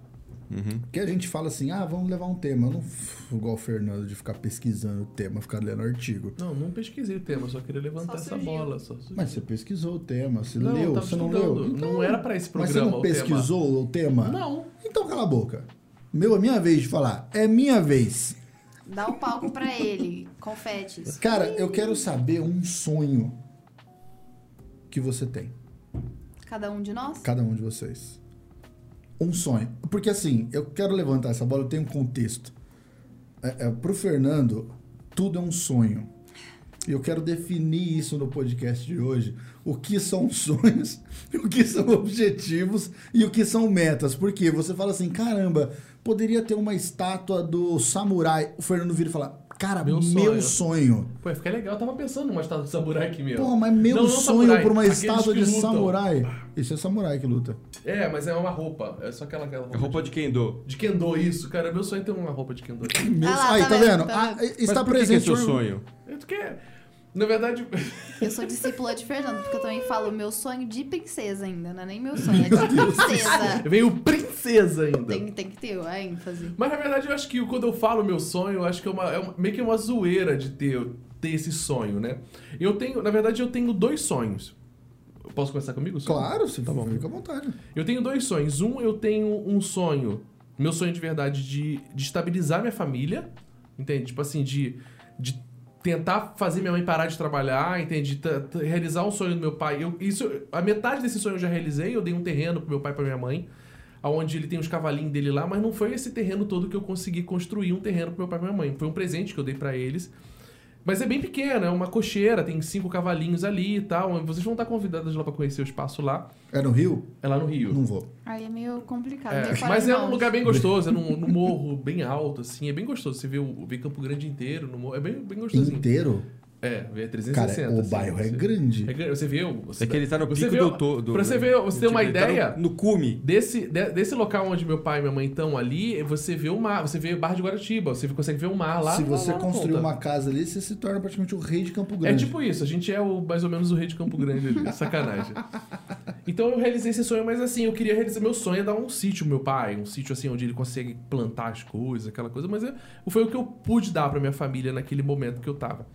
Uhum.
que a gente fala assim, ah, vamos levar um tema. Eu não f- igual o Fernando de ficar pesquisando o tema, ficar lendo artigo.
Não, não pesquisei o tema, só queria levantar
Só
essa
surgiu.
bola. Só surgiu.
Mas você pesquisou o tema, você
não, eu
leu,
tava
você não
estudando.
leu. Então,
não era pra esse
mas
programa
você não
o tema.
pesquisou o tema?
Não.
Então cala a boca. Meu, é minha vez de falar. É minha vez.
Dá o palco pra ele. Confetes.
Cara, eu quero saber um sonho que você tem.
Cada um de nós?
cada um de vocês. Um sonho. Porque assim, eu quero levantar essa bola, eu tenho um contexto. É, é, pro Fernando, tudo é um sonho. E eu quero definir isso no podcast de hoje. O que são sonhos, o que são objetivos e o que são metas. Porque você fala assim, caramba, poderia ter uma estátua do samurai. O Fernando vira e fala, cara, meu,
Meu sonho.
sonho.
Pô, ia ficar legal, eu tava pensando numa estátua de samurai aqui mesmo.
Porra, mas meu
Não, não
sonho é
samurai,
por uma
aqueles
estátua
que
de
lutam.
samurai. Isso é samurai que luta.
É, mas é uma roupa. É só aquela, aquela
É roupa de Kendo.
de Kendo, isso. Cara, meu sonho é ter uma roupa de Kendo.
Meu-
Ah lá,
aí,
tá
tá
vendo,
vendo?
tá
Ah,
vendo.
está
Mas por que
presente.
que é seu
no-
sonho?
É porque, na verdade,
Eu sou discípula de Fernando, porque eu também falo meu sonho de princesa ainda, não é nem meu sonho, é de princesa.
veio princesa ainda.
Tem, tem que ter a ênfase.
Mas na verdade eu acho que quando eu falo meu sonho, eu acho que é, uma, é uma- meio que uma zoeira de ter, ter esse sonho, né? Eu tenho, na verdade, eu tenho dois sonhos. Eu Posso começar comigo? Sonho?
Claro, você
Tá bom.
fica à vontade.
Eu tenho dois sonhos. Um, eu tenho um sonho, meu sonho de verdade, de, de estabilizar minha família, entende? Tipo assim, de, de tentar fazer minha mãe parar de trabalhar, entende? Ta- ta- Realizar um sonho do meu pai. Eu, isso, a metade desse sonho eu já realizei, eu dei um terreno pro meu pai e pra minha mãe, aonde ele tem os cavalinhos dele lá, mas não foi esse terreno todo que eu consegui construir um terreno pro meu pai e pra minha mãe. Foi um presente que eu dei pra eles. Mas é bem pequeno, é uma cocheira, tem cinco cavalinhos ali e tal. Vocês vão estar convidados lá pra conhecer o espaço lá.
É no Rio?
É lá no Rio.
Não vou.
Aí é meio complicado.
É,
meio fora
mas
de
é um
molde.
lugar bem gostoso, é num, num morro bem alto, assim, é bem gostoso. Você vê, o, vê Campo Grande inteiro, no morro, é bem, bem gostosinho.
Inteiro?
É, vê 360.
Cara, o
assim,
bairro é
você-
grande.
É grande, você vê... o- Você,
É que ele tá no
você
pico
vê o-
do todo.
Pra você ver, você ter uma ideia...
no, no cume.
Desse, de- desse local onde meu pai e minha mãe estão ali, você vê o mar, você vê o Bar de Guaratiba, você consegue ver o mar lá.
se
lá-
você
lá na
construir
ponta.
uma casa ali, você se torna praticamente o rei de Campo
É
Grande.
tipo isso, a gente é o, mais ou menos o rei de Campo Grande ali, sacanagem. Então eu realizei esse sonho, mas assim, eu queria realizar. Meu sonho é dar um sítio pro meu pai, um sítio assim onde ele consegue plantar as coisas, aquela coisa, mas é- foi o que eu pude dar pra minha família naquele momento que eu tava.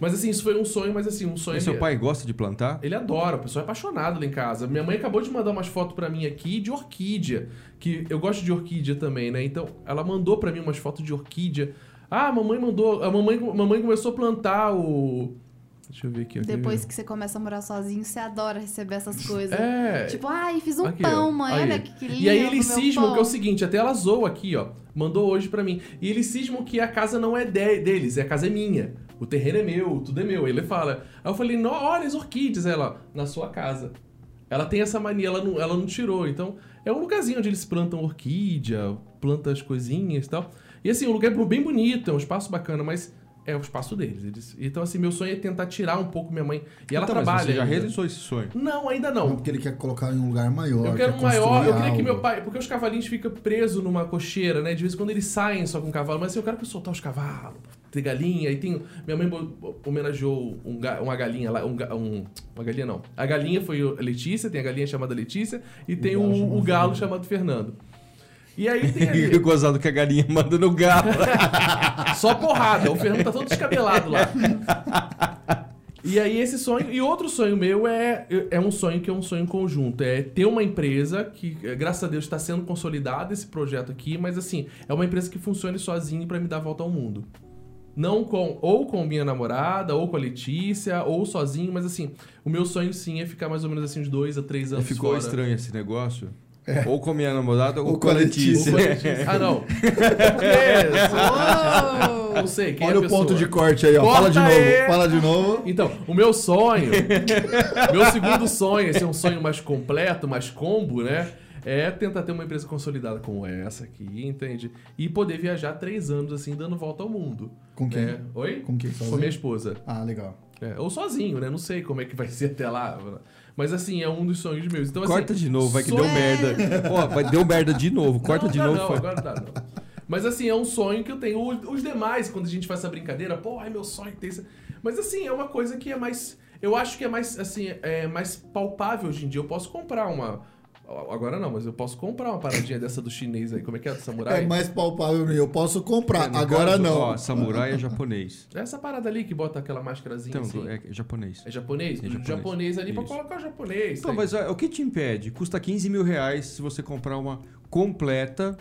Mas assim, isso foi um sonho, mas assim, um sonho.
E seu
é
ele-
pai gosta de plantar?
Ele adora, o pessoal é apaixonado lá em casa. Minha mãe acabou de mandar umas fotos pra mim aqui de orquídea, que eu gosto de orquídea também, né? Então, ela mandou pra mim umas fotos de orquídea. Ah, a mamãe mandou, a mamãe, a mamãe começou a plantar o Deixa eu ver aqui, ó, quer
Depois
ver?
que você começa a morar sozinho, você adora receber essas coisas.
É.
Tipo, ai, fiz um
Aqui, ó.
pão, mãe,
Aí.
olha que, que lindo.
E aí eles
meu
cismam
pão.
que é o seguinte, até ela zoa aqui, ó. Mandou hoje pra mim. E eles cismam que a casa não é de- deles, é a casa é minha. O terreno é meu, tudo é meu. Ele fala. Aí eu falei, "Nó, olha as orquídeas, ela, na sua casa. Ela tem essa mania, ela não, ela não tirou. Então, é um lugarzinho onde eles plantam orquídea, plantam as coisinhas e tal. E assim, o lugar é bem bonito, é um espaço bacana, mas é o espaço deles. Eles- então, assim, meu sonho é tentar tirar um pouco minha mãe. E ela
Então, mas
trabalha.
Você já
ainda.
realizou esse sonho?
Não, ainda
Não, porque ele quer colocar em um lugar maior.
eu quero
quer
um maior, eu
construir
queria que
algo.
meu pai. Porque os cavalinhos ficam presos numa cocheira, né? De vez em quando eles saem só com o cavalo, mas assim, eu quero que eu soltar os cavalos, ter galinha. E tem. Minha mãe bo- homenageou um ga- uma galinha lá. Um, ga- um- uma galinha não. A galinha foi a Letícia, tem a galinha chamada Letícia, e tem um,
galo
o,
chamado
o galo chamado Fernando. E aí tem ali.
E gozado que a galinha manda no galo.
Só porrada. O Fernando tá todo descabelado lá. E aí esse sonho... E outro sonho meu é, é um sonho que é um sonho conjunto. É ter uma empresa que, eh, graças a Deus, está sendo consolidado esse projeto aqui. Mas, assim, é uma empresa que funcione sozinha pra me dar a volta ao mundo. Não com... Ou com minha namorada, ou com a Letícia, ou sozinho. Mas, assim, o meu sonho, sim, é ficar mais ou menos, assim, de dois a três anos
Ficou
fora.
estranho esse negócio?
É.
Ou com a minha namorada ou, com a
Letícia.
Letícia.
Ou com a Letícia. Ah, não. Yes. Não sei, quem é
Olha
a
o ponto
pessoa?
de corte aí, ó.
Corta
Fala de novo,
aí.
fala de novo.
Então, o meu sonho, meu segundo sonho, esse é um sonho mais completo, mais combo, né? É tentar ter uma empresa consolidada como essa aqui, entende? E poder viajar três anos assim, dando volta ao mundo.
Com quem?
né? Oi?
Com quem?
Com a minha
Sozinho?
esposa.
Ah, legal.
É, ou sozinho, né? Não sei como é que vai ser até lá. Mas assim, é um dos sonhos meus. Então, assim,
Corta de novo, vai que deu
sonho-
merda. Ó, vai deu merda de novo. Corta
não,
de
dá
novo.
Não,
foi.
agora dá, não. Mas assim, é um sonho que eu tenho. Os os demais, quando a gente faz essa brincadeira, pô, ai meu sonho que tem isso. Mas assim, é uma coisa que é mais. Eu acho que é mais, assim, é mais palpável hoje em dia. Eu posso comprar uma. Agora não, mas eu posso comprar uma paradinha dessa do chinês aí. Como é que é? Do samurai?
É mais palpável, eu posso comprar.
No
Agora
caso,
não.
Ó, samurai é japonês.
Essa parada ali que bota aquela máscarazinha
Então,
assim.
é japonês.
É japonês?
É
Do japonês.
japonês
ali pra
Isso.
colocar o japonês.
Então,
aí.
mas ó, o que te impede? Custa 15 mil reais se você comprar uma completa,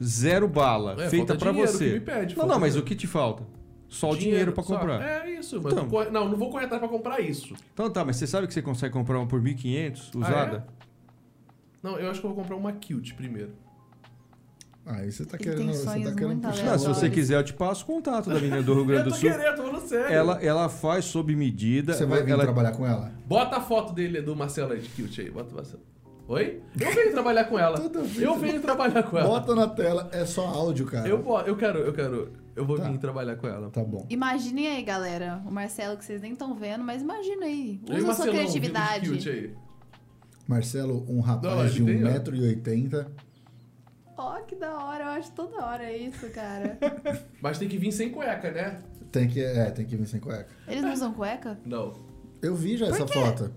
zero bala,
É,
feita
falta
pra
dinheiro
você.
que me pede,
não,
falta
não, mas o
dinheiro.
que te falta? Só o dinheiro pra
só.
comprar.
É isso, mas
Então.
não corre- não, não vou correr atrás pra comprar isso.
Então tá, mas você sabe que você consegue comprar uma
Ah,
por
é?
1.500 usada?
Não, eu acho que eu vou comprar uma cute primeiro.
Aí você tá
Ele
querendo.
tem
você tá
sonhos
querendo puxar
muito
Não, Ah, se
Aleatório.
você quiser, eu te passo o contato da menina do Rio Grande
eu
do
tô
Sul.
querendo, tô falando sério.
Ela, ela faz sob medida.
Você vai vir
ela, é
trabalhar com ela?
Bota a foto dele, do Marcelo aí de Kilt aí. Bota o Marcelo. Oi? Eu venho trabalhar com ela.
Toda vez
Eu
eu-
venho trabalho com ela.
Bota na tela, é só áudio, cara.
Eu, po- eu quero, eu quero. Eu vou
Tá.
vir trabalhar com ela.
Tá bom.
Imaginem aí, galera, o Marcelo que vocês nem estão vendo, mas imagina aí. Usa a sua
Marcelão, vindo de Kilt
criatividade.
aí.
Marcelo, um
Não,
rapaz
ele
de
tem, ó.
1,80m.
Ó, que da hora, eu acho toda hora isso,
né?
cara.
é,
é Tá
Então
um
um né? assim, tá um tá
Tá
um
um é é
É,
É Então, assim, um Ah, é tá é um Um um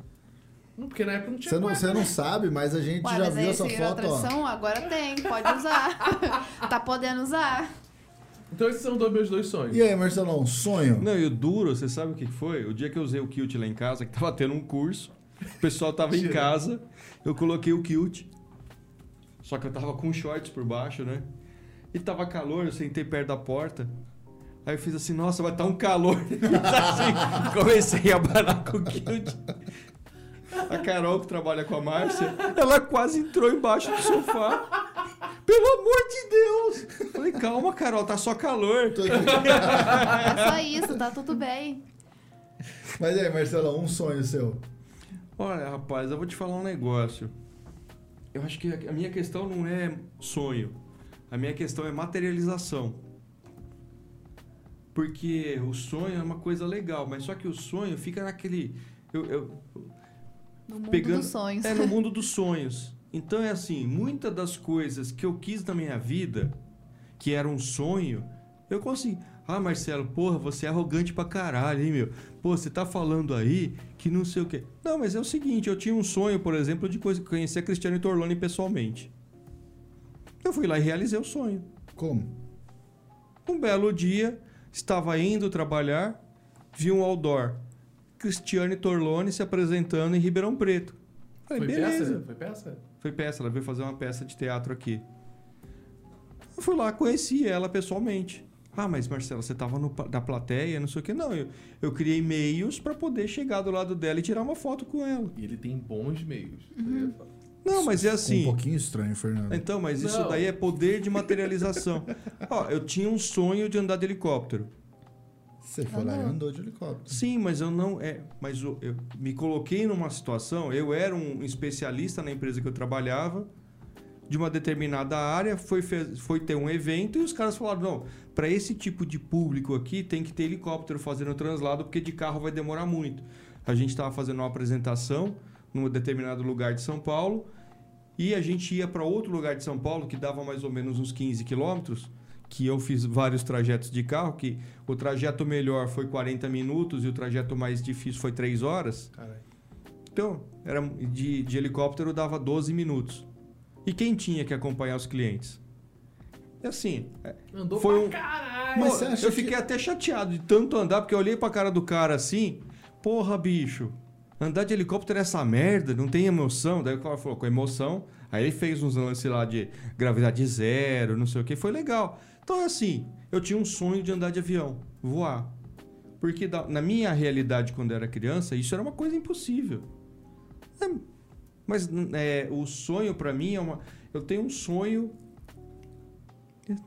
Um Né?
Ah, Uhum. é assim. Então, um é, um um tipo Então, É assim, um-" assim, é Então, é assim, um É, Mas n- é, o sonho pra mim é uma. Eu tenho um sonho.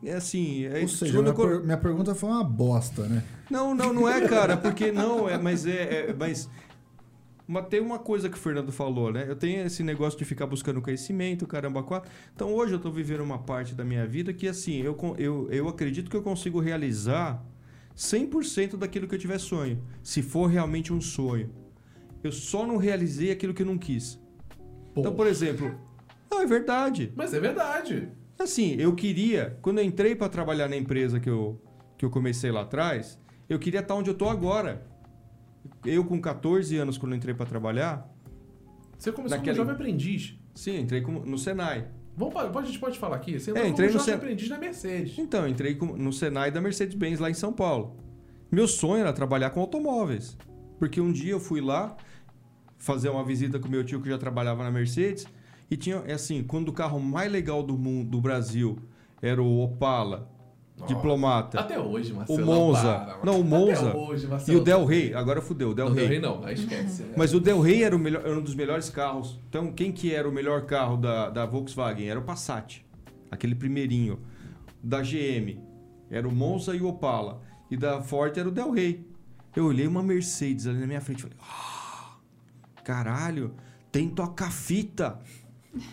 É assim. É,
Ou seja,
sonho
minha,
cor-
per- minha pergunta foi uma bosta, né?
Não, não, não é, cara, porque não, é, mas é. é- mas, mas tem uma coisa que o Fernando falou, né? Eu tenho esse negócio de ficar buscando conhecimento, caramba, quatro. Então hoje eu tô vivendo uma parte da minha vida que, assim, eu, con- eu, eu acredito que eu consigo realizar 100% daquilo que eu tiver sonho, se for realmente um sonho. Eu só não realizei aquilo que eu não quis. Então, por exemplo. Não, é verdade.
Mas é verdade.
Assim, eu queria, quando eu entrei pra trabalhar na empresa que eu, que eu comecei lá atrás, eu queria estar onde eu tô agora. Eu com 14 anos quando eu entrei pra trabalhar,
Você começou
Naquela-
como jovem aprendiz.
sim, eu entrei como- no Senai.
Vamos, pa- a gente pode falar aqui? Você
É,
entrou
entrei
como
no
jovem
cen-
aprendiz na Mercedes.
Então, eu entrei como- no Senai da Mercedes-Benz lá em São Paulo. Meu sonho era trabalhar com automóveis, porque um dia eu fui lá fazer uma visita com meu tio que já trabalhava na Mercedes e tinha, é assim, quando o carro mais legal do mundo, do Brasil, era o Opala,
Nossa.
diplomata.
Até hoje, Marcelo. é
O Monza.
para, mano.
Não, o Monza.
Até hoje,
E
Marcelo.
o Del Rey, agora fudeu, o Del
Não, Del Rey
Rey.
não, aí esquece. né?
Mas o Del Rey era, o melhor, era um dos melhores carros. Então, quem que era o melhor carro da, da Volkswagen? Era o Passat, aquele primeirinho. Da GM, era o Monza e o Opala. E da Ford era o Del Rey. Eu olhei uma Mercedes ali na minha frente e falei, ah, caralho, tem toca-fita.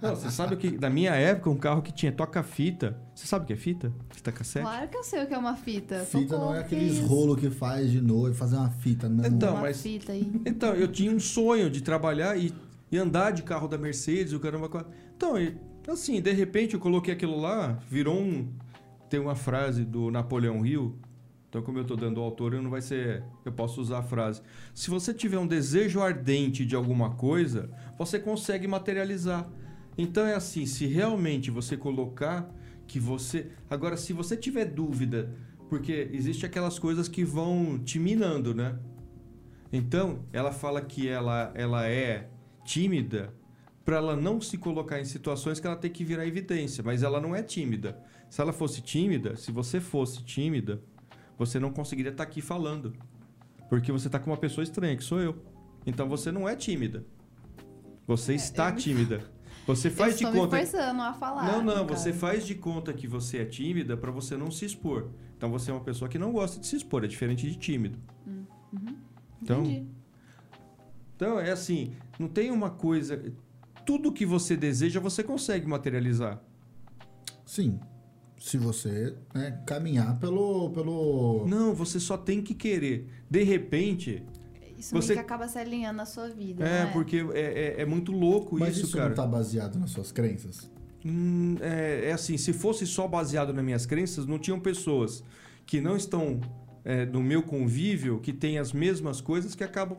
Não, você sabe que na minha época, um carro que tinha toca-fita, você sabe o que é fita? Fita cassete?
Claro que eu sei o que é uma fita.
Fita não
Socorro,
é
que
aqueles
isso?
rolos que faz de novo, fazer uma fita, não.
Então,
Uma
mas-
fita aí.
Então, eu tinha um sonho de trabalhar e, e andar de carro da Mercedes, o caramba. quatro. Então, e- assim, de repente eu coloquei aquilo lá, virou um. Tem uma frase do Napoleão Hill. Então, como eu tô dando o autor, eu não vai ser. Eu posso usar a frase. Se você tiver um desejo ardente de alguma coisa, você consegue materializar. Então é assim, se realmente você colocar que você. Agora, se você tiver dúvida, porque existe aquelas coisas que vão te minando, né? Então, ela fala que ela, ela é tímida para ela não se colocar em situações que ela tem que virar evidência, mas ela não é tímida. Se ela fosse tímida, se você fosse tímida, você não conseguiria estar aqui falando, porque você está com uma pessoa estranha, que sou eu. Então você não é tímida. Você está tímida. Você faz
É, eu
de
estou
conta
me forçando a falar. né,
não, não,
cara.
você faz de conta que você é tímida pra você não se expor. Então você é uma pessoa que não gosta de se expor, é diferente de tímido. Então,
Entendi.
então é assim, não tem uma coisa, tudo que você deseja você consegue materializar.
Sim. Se você né, caminhar pelo. pelo...
Não, você só tem que querer. De repente,
Isso
Você-
meio que acaba se alinhando à sua vida.
é
né?
porque é, é- é muito louco
Mas
isso,
isso,
cara.
não tá baseado nas suas crenças?
Hum, é, é assim, se fosse só baseado nas minhas crenças, não tinham pessoas que não estão é, no meu convívio que têm as mesmas coisas que acabam.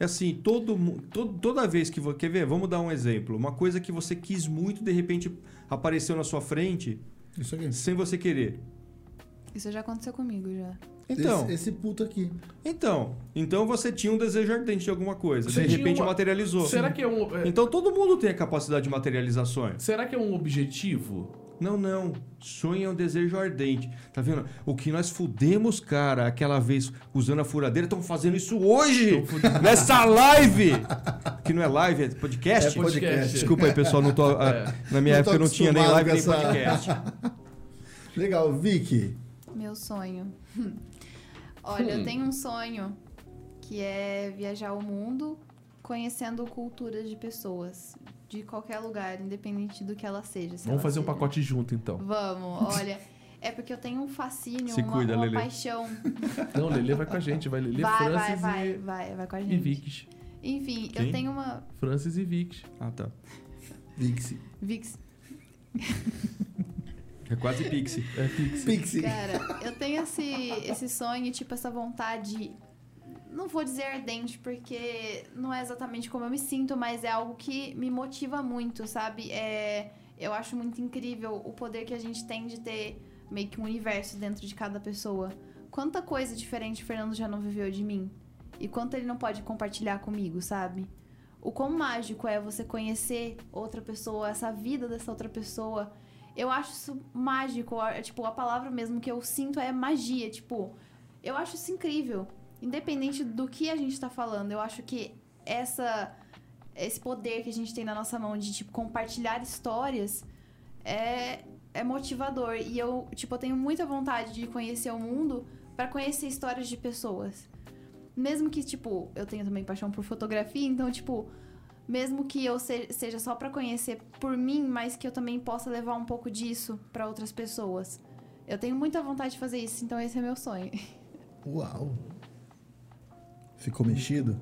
É assim, todo, mu- to- toda vez que você. Quer ver? Vamos dar um exemplo. Uma coisa que você quis muito, de repente apareceu na sua frente
Isso aqui.
sem você querer.
Isso já aconteceu comigo já.
Então,
Esse, esse puto aqui.
então, então você tinha um desejo ardente de alguma coisa,
Você
de
tinha
repente
uma-
materializou.
Será que é um. é,
Então todo mundo tem a capacidade de materializar sonhos.
Será que é um objetivo?
Não, não. Sonho é um desejo ardente. Tá vendo? O que nós fudemos, cara, aquela vez usando a furadeira, estão fazendo isso
Então,
hoje! Nessa live! que não é live, é podcast.
É podcast. É.
Desculpa aí, pessoal. Não tô, ah, Na minha
Não tô
época eu não tinha nem
acostumado
live
com
nem
essa-
podcast.
Legal, Vicky.
Meu sonho. Olha,
Hum.
eu tenho um sonho que é viajar o mundo conhecendo culturas de pessoas, de qualquer lugar, independente do que ela seja. se
Vamos
ela
fazer um
seja.
pacote junto, então.
Vamos, olha. É porque eu tenho um fascínio,
Se
uma,
cuida,
uma
Lelê.
paixão.
Não, Lelê vai com a gente, vai Lelê,
vai, vai,
Francis
vai,
e,
vai, vai com a
e
gente.
Vix.
Enfim,
Quem?
eu tenho uma.
Francis e Vix.
Ah, tá.
Pixie.
Vix,
É quase pixie.
É Vix.
Pixie.
Cara, eu tenho esse, esse sonho, tipo, essa vontade. Não vou dizer ardente, porque não é exatamente como eu me sinto, mas é algo que me motiva muito, sabe? É, eu acho muito incrível o poder que a gente tem de ter meio que um universo dentro de cada pessoa. Quanta coisa diferente o Fernando já não viveu de mim. E quanto ele não pode compartilhar comigo, sabe? O quão mágico é você conhecer outra pessoa, essa vida dessa outra pessoa, eu acho isso mágico. a- Tipo, a palavra mesmo que eu sinto é magia. Tipo, eu acho isso incrível. Independente do que a gente tá falando, eu acho que essa esse poder que a gente tem na nossa mão de, tipo, compartilhar histórias é, é motivador. E eu, tipo, eu tenho muita vontade de conhecer o mundo pra conhecer histórias de pessoas. Mesmo que, tipo, eu tenho também paixão por fotografia, então, tipo, mesmo que eu se- seja só pra conhecer por mim, mas que eu também possa levar um pouco disso pra outras pessoas. Eu tenho muita vontade de fazer isso, então esse é meu sonho.
Uau. Ficou mexido?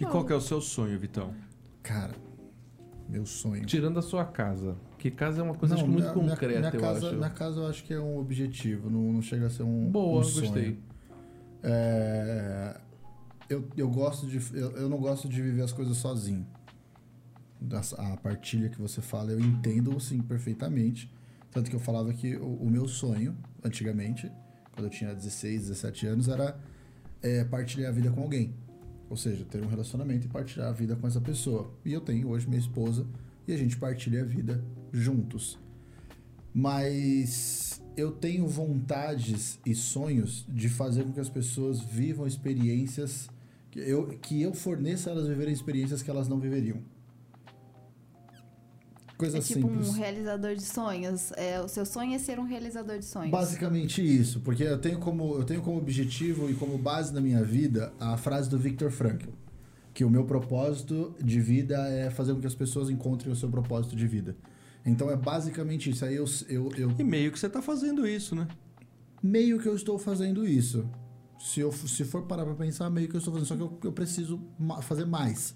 E qual que é o seu sonho, Vitão?
Cara, meu sonho.
Tirando a sua casa. Que casa é uma coisa acho
Não,
que muito
minha- minha-
concreta,
minha
eu
casa,
acho.
Minha casa eu acho que é um objetivo, não, não chega a ser um.
Boa,
um sonho.
gostei.
É, eu, eu gosto de. Eu, eu não gosto de viver as coisas sozinho. Das- a partilha que você fala, eu entendo sim perfeitamente. Tanto que eu falava que o, o meu sonho, antigamente, quando eu tinha 16, 17 anos, era é, partilhar a vida com alguém. Ou seja, ter um relacionamento e partilhar a vida com essa pessoa. E eu tenho hoje minha esposa e a gente partilha a vida juntos. Mas eu tenho vontades e sonhos de fazer com que as pessoas vivam experiências que eu, que eu forneça a elas viverem experiências que elas não viveriam. Coisa
É tipo
simples.
um realizador de sonhos. É, o seu sonho é ser um realizador de sonhos.
Basicamente isso, porque eu tenho como eu tenho como objetivo e como base da minha vida a frase do Viktor Frankl, que o meu propósito de vida é fazer com que as pessoas encontrem o seu propósito de vida. Então é basicamente isso. Aí eu, eu, eu
E meio que você tá fazendo isso, né?
meio que eu estou fazendo isso. Se eu f- se for parar pra pensar, meio que eu estou fazendo, só que eu, eu preciso ma- fazer mais.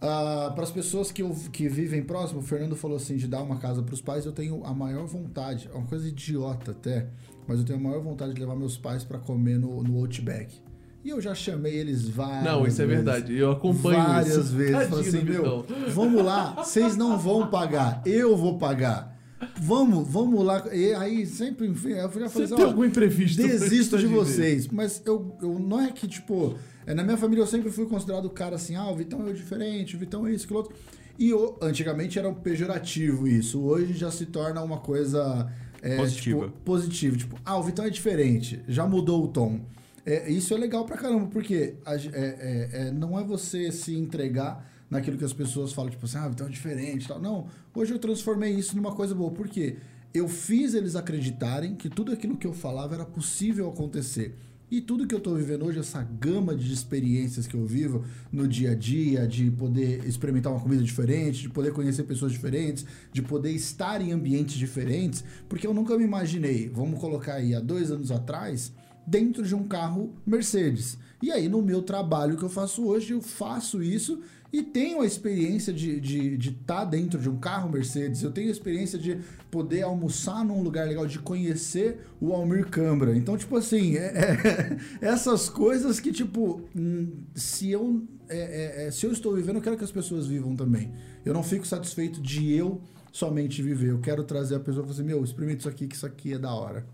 para as pessoas que, eu- que vivem próximo, o Fernando falou assim de dar uma casa para os pais. Eu tenho a maior vontade, é uma coisa idiota até, mas eu tenho a maior vontade de levar meus pais para comer no, no Outback. E eu já chamei eles várias
Não, isso é
vezes.
verdade. Eu acompanho
Ah, várias
isso.
vezes. Falei
Tadinho
assim,
do
meu,
Vitão.
vamos lá, vocês não vão pagar, eu vou pagar. Vamos, vamos lá. E aí sempre, enfim, eu já falei
Você
assim,
tem
ó,
algum imprevisto?
Desisto de
Precisa ver.
vocês. Mas eu, eu não é que, tipo, é, na minha família eu sempre fui considerado o cara assim, ah, o Vitão é diferente, o Vitão é isso, aquilo outro. E eu- antigamente era um pejorativo isso. Hoje já se torna uma coisa é,
Positiva.
Tipo, positivo. Tipo, ah, o Vitão é diferente. Já mudou o tom. É, isso é legal pra caramba, porque a ge- é- é- é, não é você se entregar naquilo que as pessoas falam, tipo assim, ah, Vitão é diferente e tal. Não, hoje eu transformei isso numa coisa boa. Por quê? Eu fiz eles acreditarem que tudo aquilo que eu falava era possível acontecer. E tudo que eu tô vivendo hoje, essa gama de experiências que eu vivo no dia a dia, de poder experimentar uma comida diferente, de poder conhecer pessoas diferentes, de poder estar em ambientes diferentes, porque eu nunca me imaginei, vamos colocar aí, há dois anos atrás, dentro de um carro Mercedes. E aí, no meu trabalho que eu faço hoje, eu faço isso e tenho a experiência de estar de, de tá dentro de um carro Mercedes, eu tenho a experiência de poder almoçar num lugar legal, de conhecer o Almir Câmara. Então, tipo assim, é- é- essas coisas que, tipo, hum, se eu, é- é- é, se eu estou vivendo, eu quero que as pessoas vivam também. Eu não fico satisfeito de eu somente viver. Eu quero trazer a pessoa e falar assim, meu, experimenta isso aqui, que isso aqui é da hora.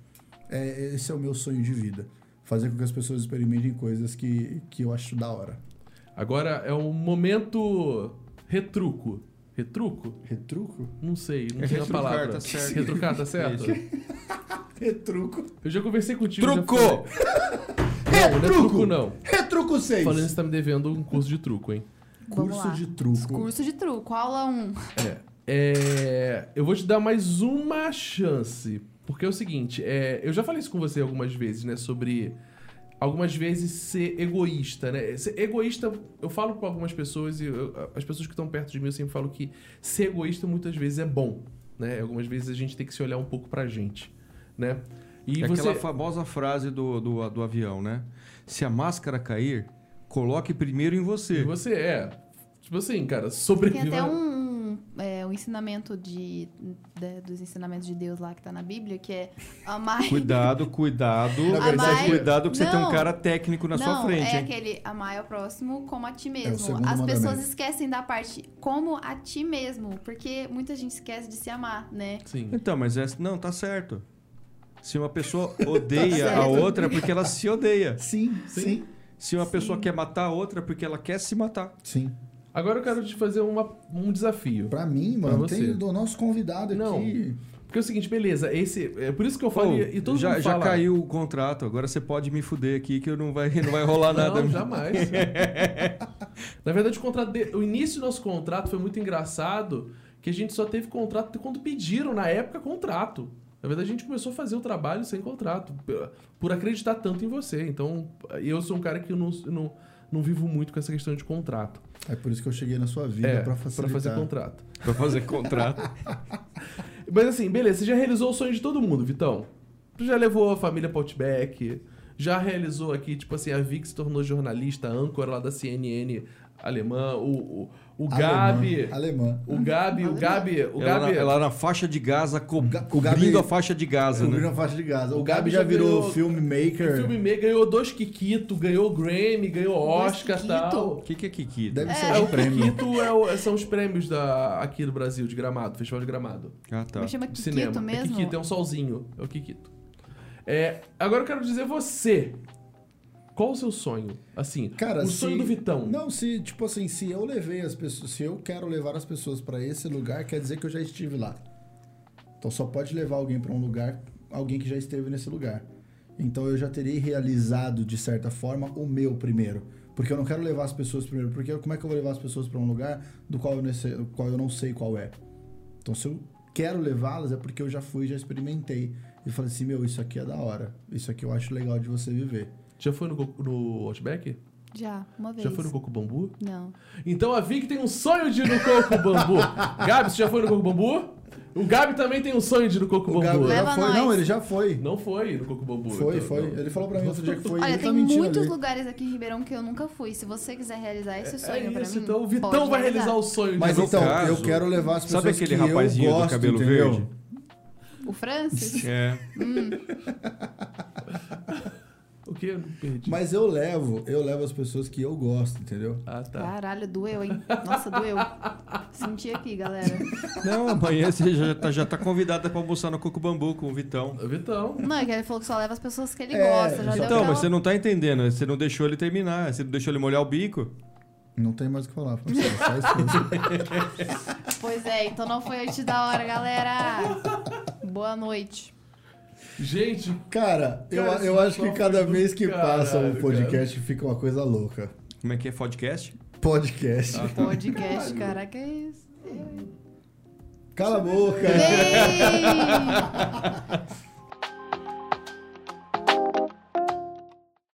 É, esse é o meu sonho de vida. Fazer com que as pessoas experimentem coisas que, que eu acho da hora.
Agora é um momento retruco. Retruco?
Retruco?
Não sei, não
É
sei a
retrucar,
palavra.
tá certo.
Retrucar, tá certo?
Retruco.
Eu já conversei contigo. já
Trucou!
falei- Não, não é truco
Retruco! É
não.
Retruco 6!
Falando, você tá me devendo um curso de truco, hein?
Vamos
Curso
lá.
de truco.
Curso de truco, aula 1.
É. É, Eu vou te dar mais uma chance. Porque é o seguinte, é, eu já falei isso com você algumas vezes, né? Sobre algumas vezes ser egoísta, né? Ser egoísta, eu falo com algumas pessoas e eu- as pessoas que estão perto de mim eu sempre falo que ser egoísta muitas vezes é bom, né? Algumas vezes a gente tem que se olhar um pouco pra gente, né? E
é
você
aquela famosa frase do, do, do avião, né? Se a máscara cair, coloque primeiro em
e
você.
você é tipo assim, cara,
Tem
sobreviva.
até um, é, um ensinamento de, de- dos ensinamentos de Deus lá que tá na Bíblia, que é amar.
Cuidado, cuidado.
Na verdade-
mas cuidado que você tem um
Não.
cara técnico na
Não,
sua frente,
é
hein?
aquele amar ao próximo como a ti mesmo.
É segundo
As pessoas
mandamento.
esquecem da parte como a ti mesmo, porque muita gente esquece de se amar, né?
Sim.
Então, mas essa, não, tá certo. Se uma pessoa odeia
Tá
a
certo.
outra é porque ela se odeia.
É, Sim, sim.
Se uma pessoa quer matar a outra é porque ela quer se matar.
Sim.
Agora eu quero te fazer uma- um desafio.
Pra mim,
Pra
mano,
você.
tem o nosso convidado aqui.
Não. Porque é o seguinte, beleza, esse. É por isso que eu falo
Pô,
e, e todo
já,
mundo
já
fala,
caiu o contrato, agora você pode me fuder aqui que eu não vai, não vai rolar nada.
Não, jamais. Na verdade, o, contrato de- o início do nosso contrato foi muito engraçado, que a gente só teve contrato quando pediram, na época, contrato. Na verdade, a gente começou a fazer o trabalho sem contrato, p- por acreditar tanto em você. Então, eu sou um cara que eu não, não, não vivo muito com essa questão de contrato.
É por isso que eu cheguei na sua vida,
É,
pra
pra
facilitar.
fazer contrato.
Pra fazer contrato.
Mas assim, beleza, você já realizou o sonho de todo mundo, Vitão. Tu já levou a família pra Outback, já realizou aqui, tipo assim, a Vic se tornou jornalista, âncora lá da CNN alemã, o, o, o Gabi...
Alemã.
O Gabi, o Gabi, o
ela,
Gabi...
na, ela na faixa de Gaza, co
Ga- o Gabi-
cobrindo a faixa de Gaza,
Cobriu
né?
na faixa de Gaza.
O
O
Gabi
Gabi
já
já virou
ganhou-
filmmaker.
O filme meio ganhou dois Kikito, ganhou Grammy, ganhou
Dois
Oscar e
Kikito?
tal.
O que, que é Kiki?
Deve
É,
ser
o
um prêmio.
Kikito é o- são os prêmios da, aqui do Brasil, de Gramado, Festival de Gramado.
Ah, tá.
Me chama
De
Kikito
cinema. É
mesmo?
Kikito, é um solzinho. É o Kikito. É, agora eu quero dizer você. Qual o seu sonho? Assim,
Cara,
o
se-
sonho do Vitão.
Não, se, tipo assim, se eu levei as pessoas, se eu quero levar as pessoas pra esse lugar, quer dizer que eu já estive lá. Então só pode levar alguém pra um lugar, alguém que já esteve nesse lugar. Então eu já terei realizado, de certa forma, o meu primeiro. Porque eu não quero levar as pessoas primeiro. Porque como é que eu vou levar as pessoas pra um lugar do qual eu, não sei- qual eu não sei qual é? Então se eu quero levá-las é porque eu já fui, já experimentei. E falei assim, meu, isso aqui é da hora. Isso aqui eu acho legal de você viver.
Já foi no, Goku- no Outback?
Já, uma vez.
Já foi no Coco Bambu?
Não.
Então a Vic tem um sonho de ir no Coco Bambu. Gabi, você já foi no Coco Bambu? O Gabi também tem um sonho de ir no Coco
O
Bambu.
Gabriel
Leva
já foi.
nós.
Não, ele já foi.
Não foi no Coco Bambu.
Foi,
então,
foi.
não.
Ele falou pra mim outro dia que foi.
Olha,
ele tá
tem
mentindo
muitos
ali.
lugares aqui em Ribeirão que eu nunca fui. Se você quiser realizar esse
É
sonho pra
isso,
mim,
então o Vitão
pode
vai realizar o sonho
Mas
de
no
então,
caso,
eu quero levar as pessoas
Sabe aquele
que
rapazinho
eu gosto,
do cabelo
entendeu?
verde?
O Francis?
É.
O quê? Não Perdi.
Mas eu levo, eu levo as pessoas que eu gosto, entendeu?
Ah, tá.
Caralho, doeu, hein? Nossa, doeu. Senti aqui, galera.
Não, amanhã você já tá, já tá convidada pra almoçar no Coco Bambu com o Vitão.
O Vitão.
Não, é que ele falou que só leva as pessoas que ele
É,
gosta. Já
então,
deu
Então,
aquela-
mas você não tá entendendo. Você não deixou ele terminar. Você não deixou ele molhar o bico.
Não tem mais o que falar, Francisco, só isso.
Pois é, então não foi antes da hora, galera. Boa noite.
Gente,
Cara, eu,
Cara,
eu
esse
acho que
papo
cada
do
vez que passa
caralho,
um podcast fica uma coisa louca.
Como é que é? Podcast?
Podcast.
Ah.
Podcast, é cara, que isso?
Cala a boca.
Ei!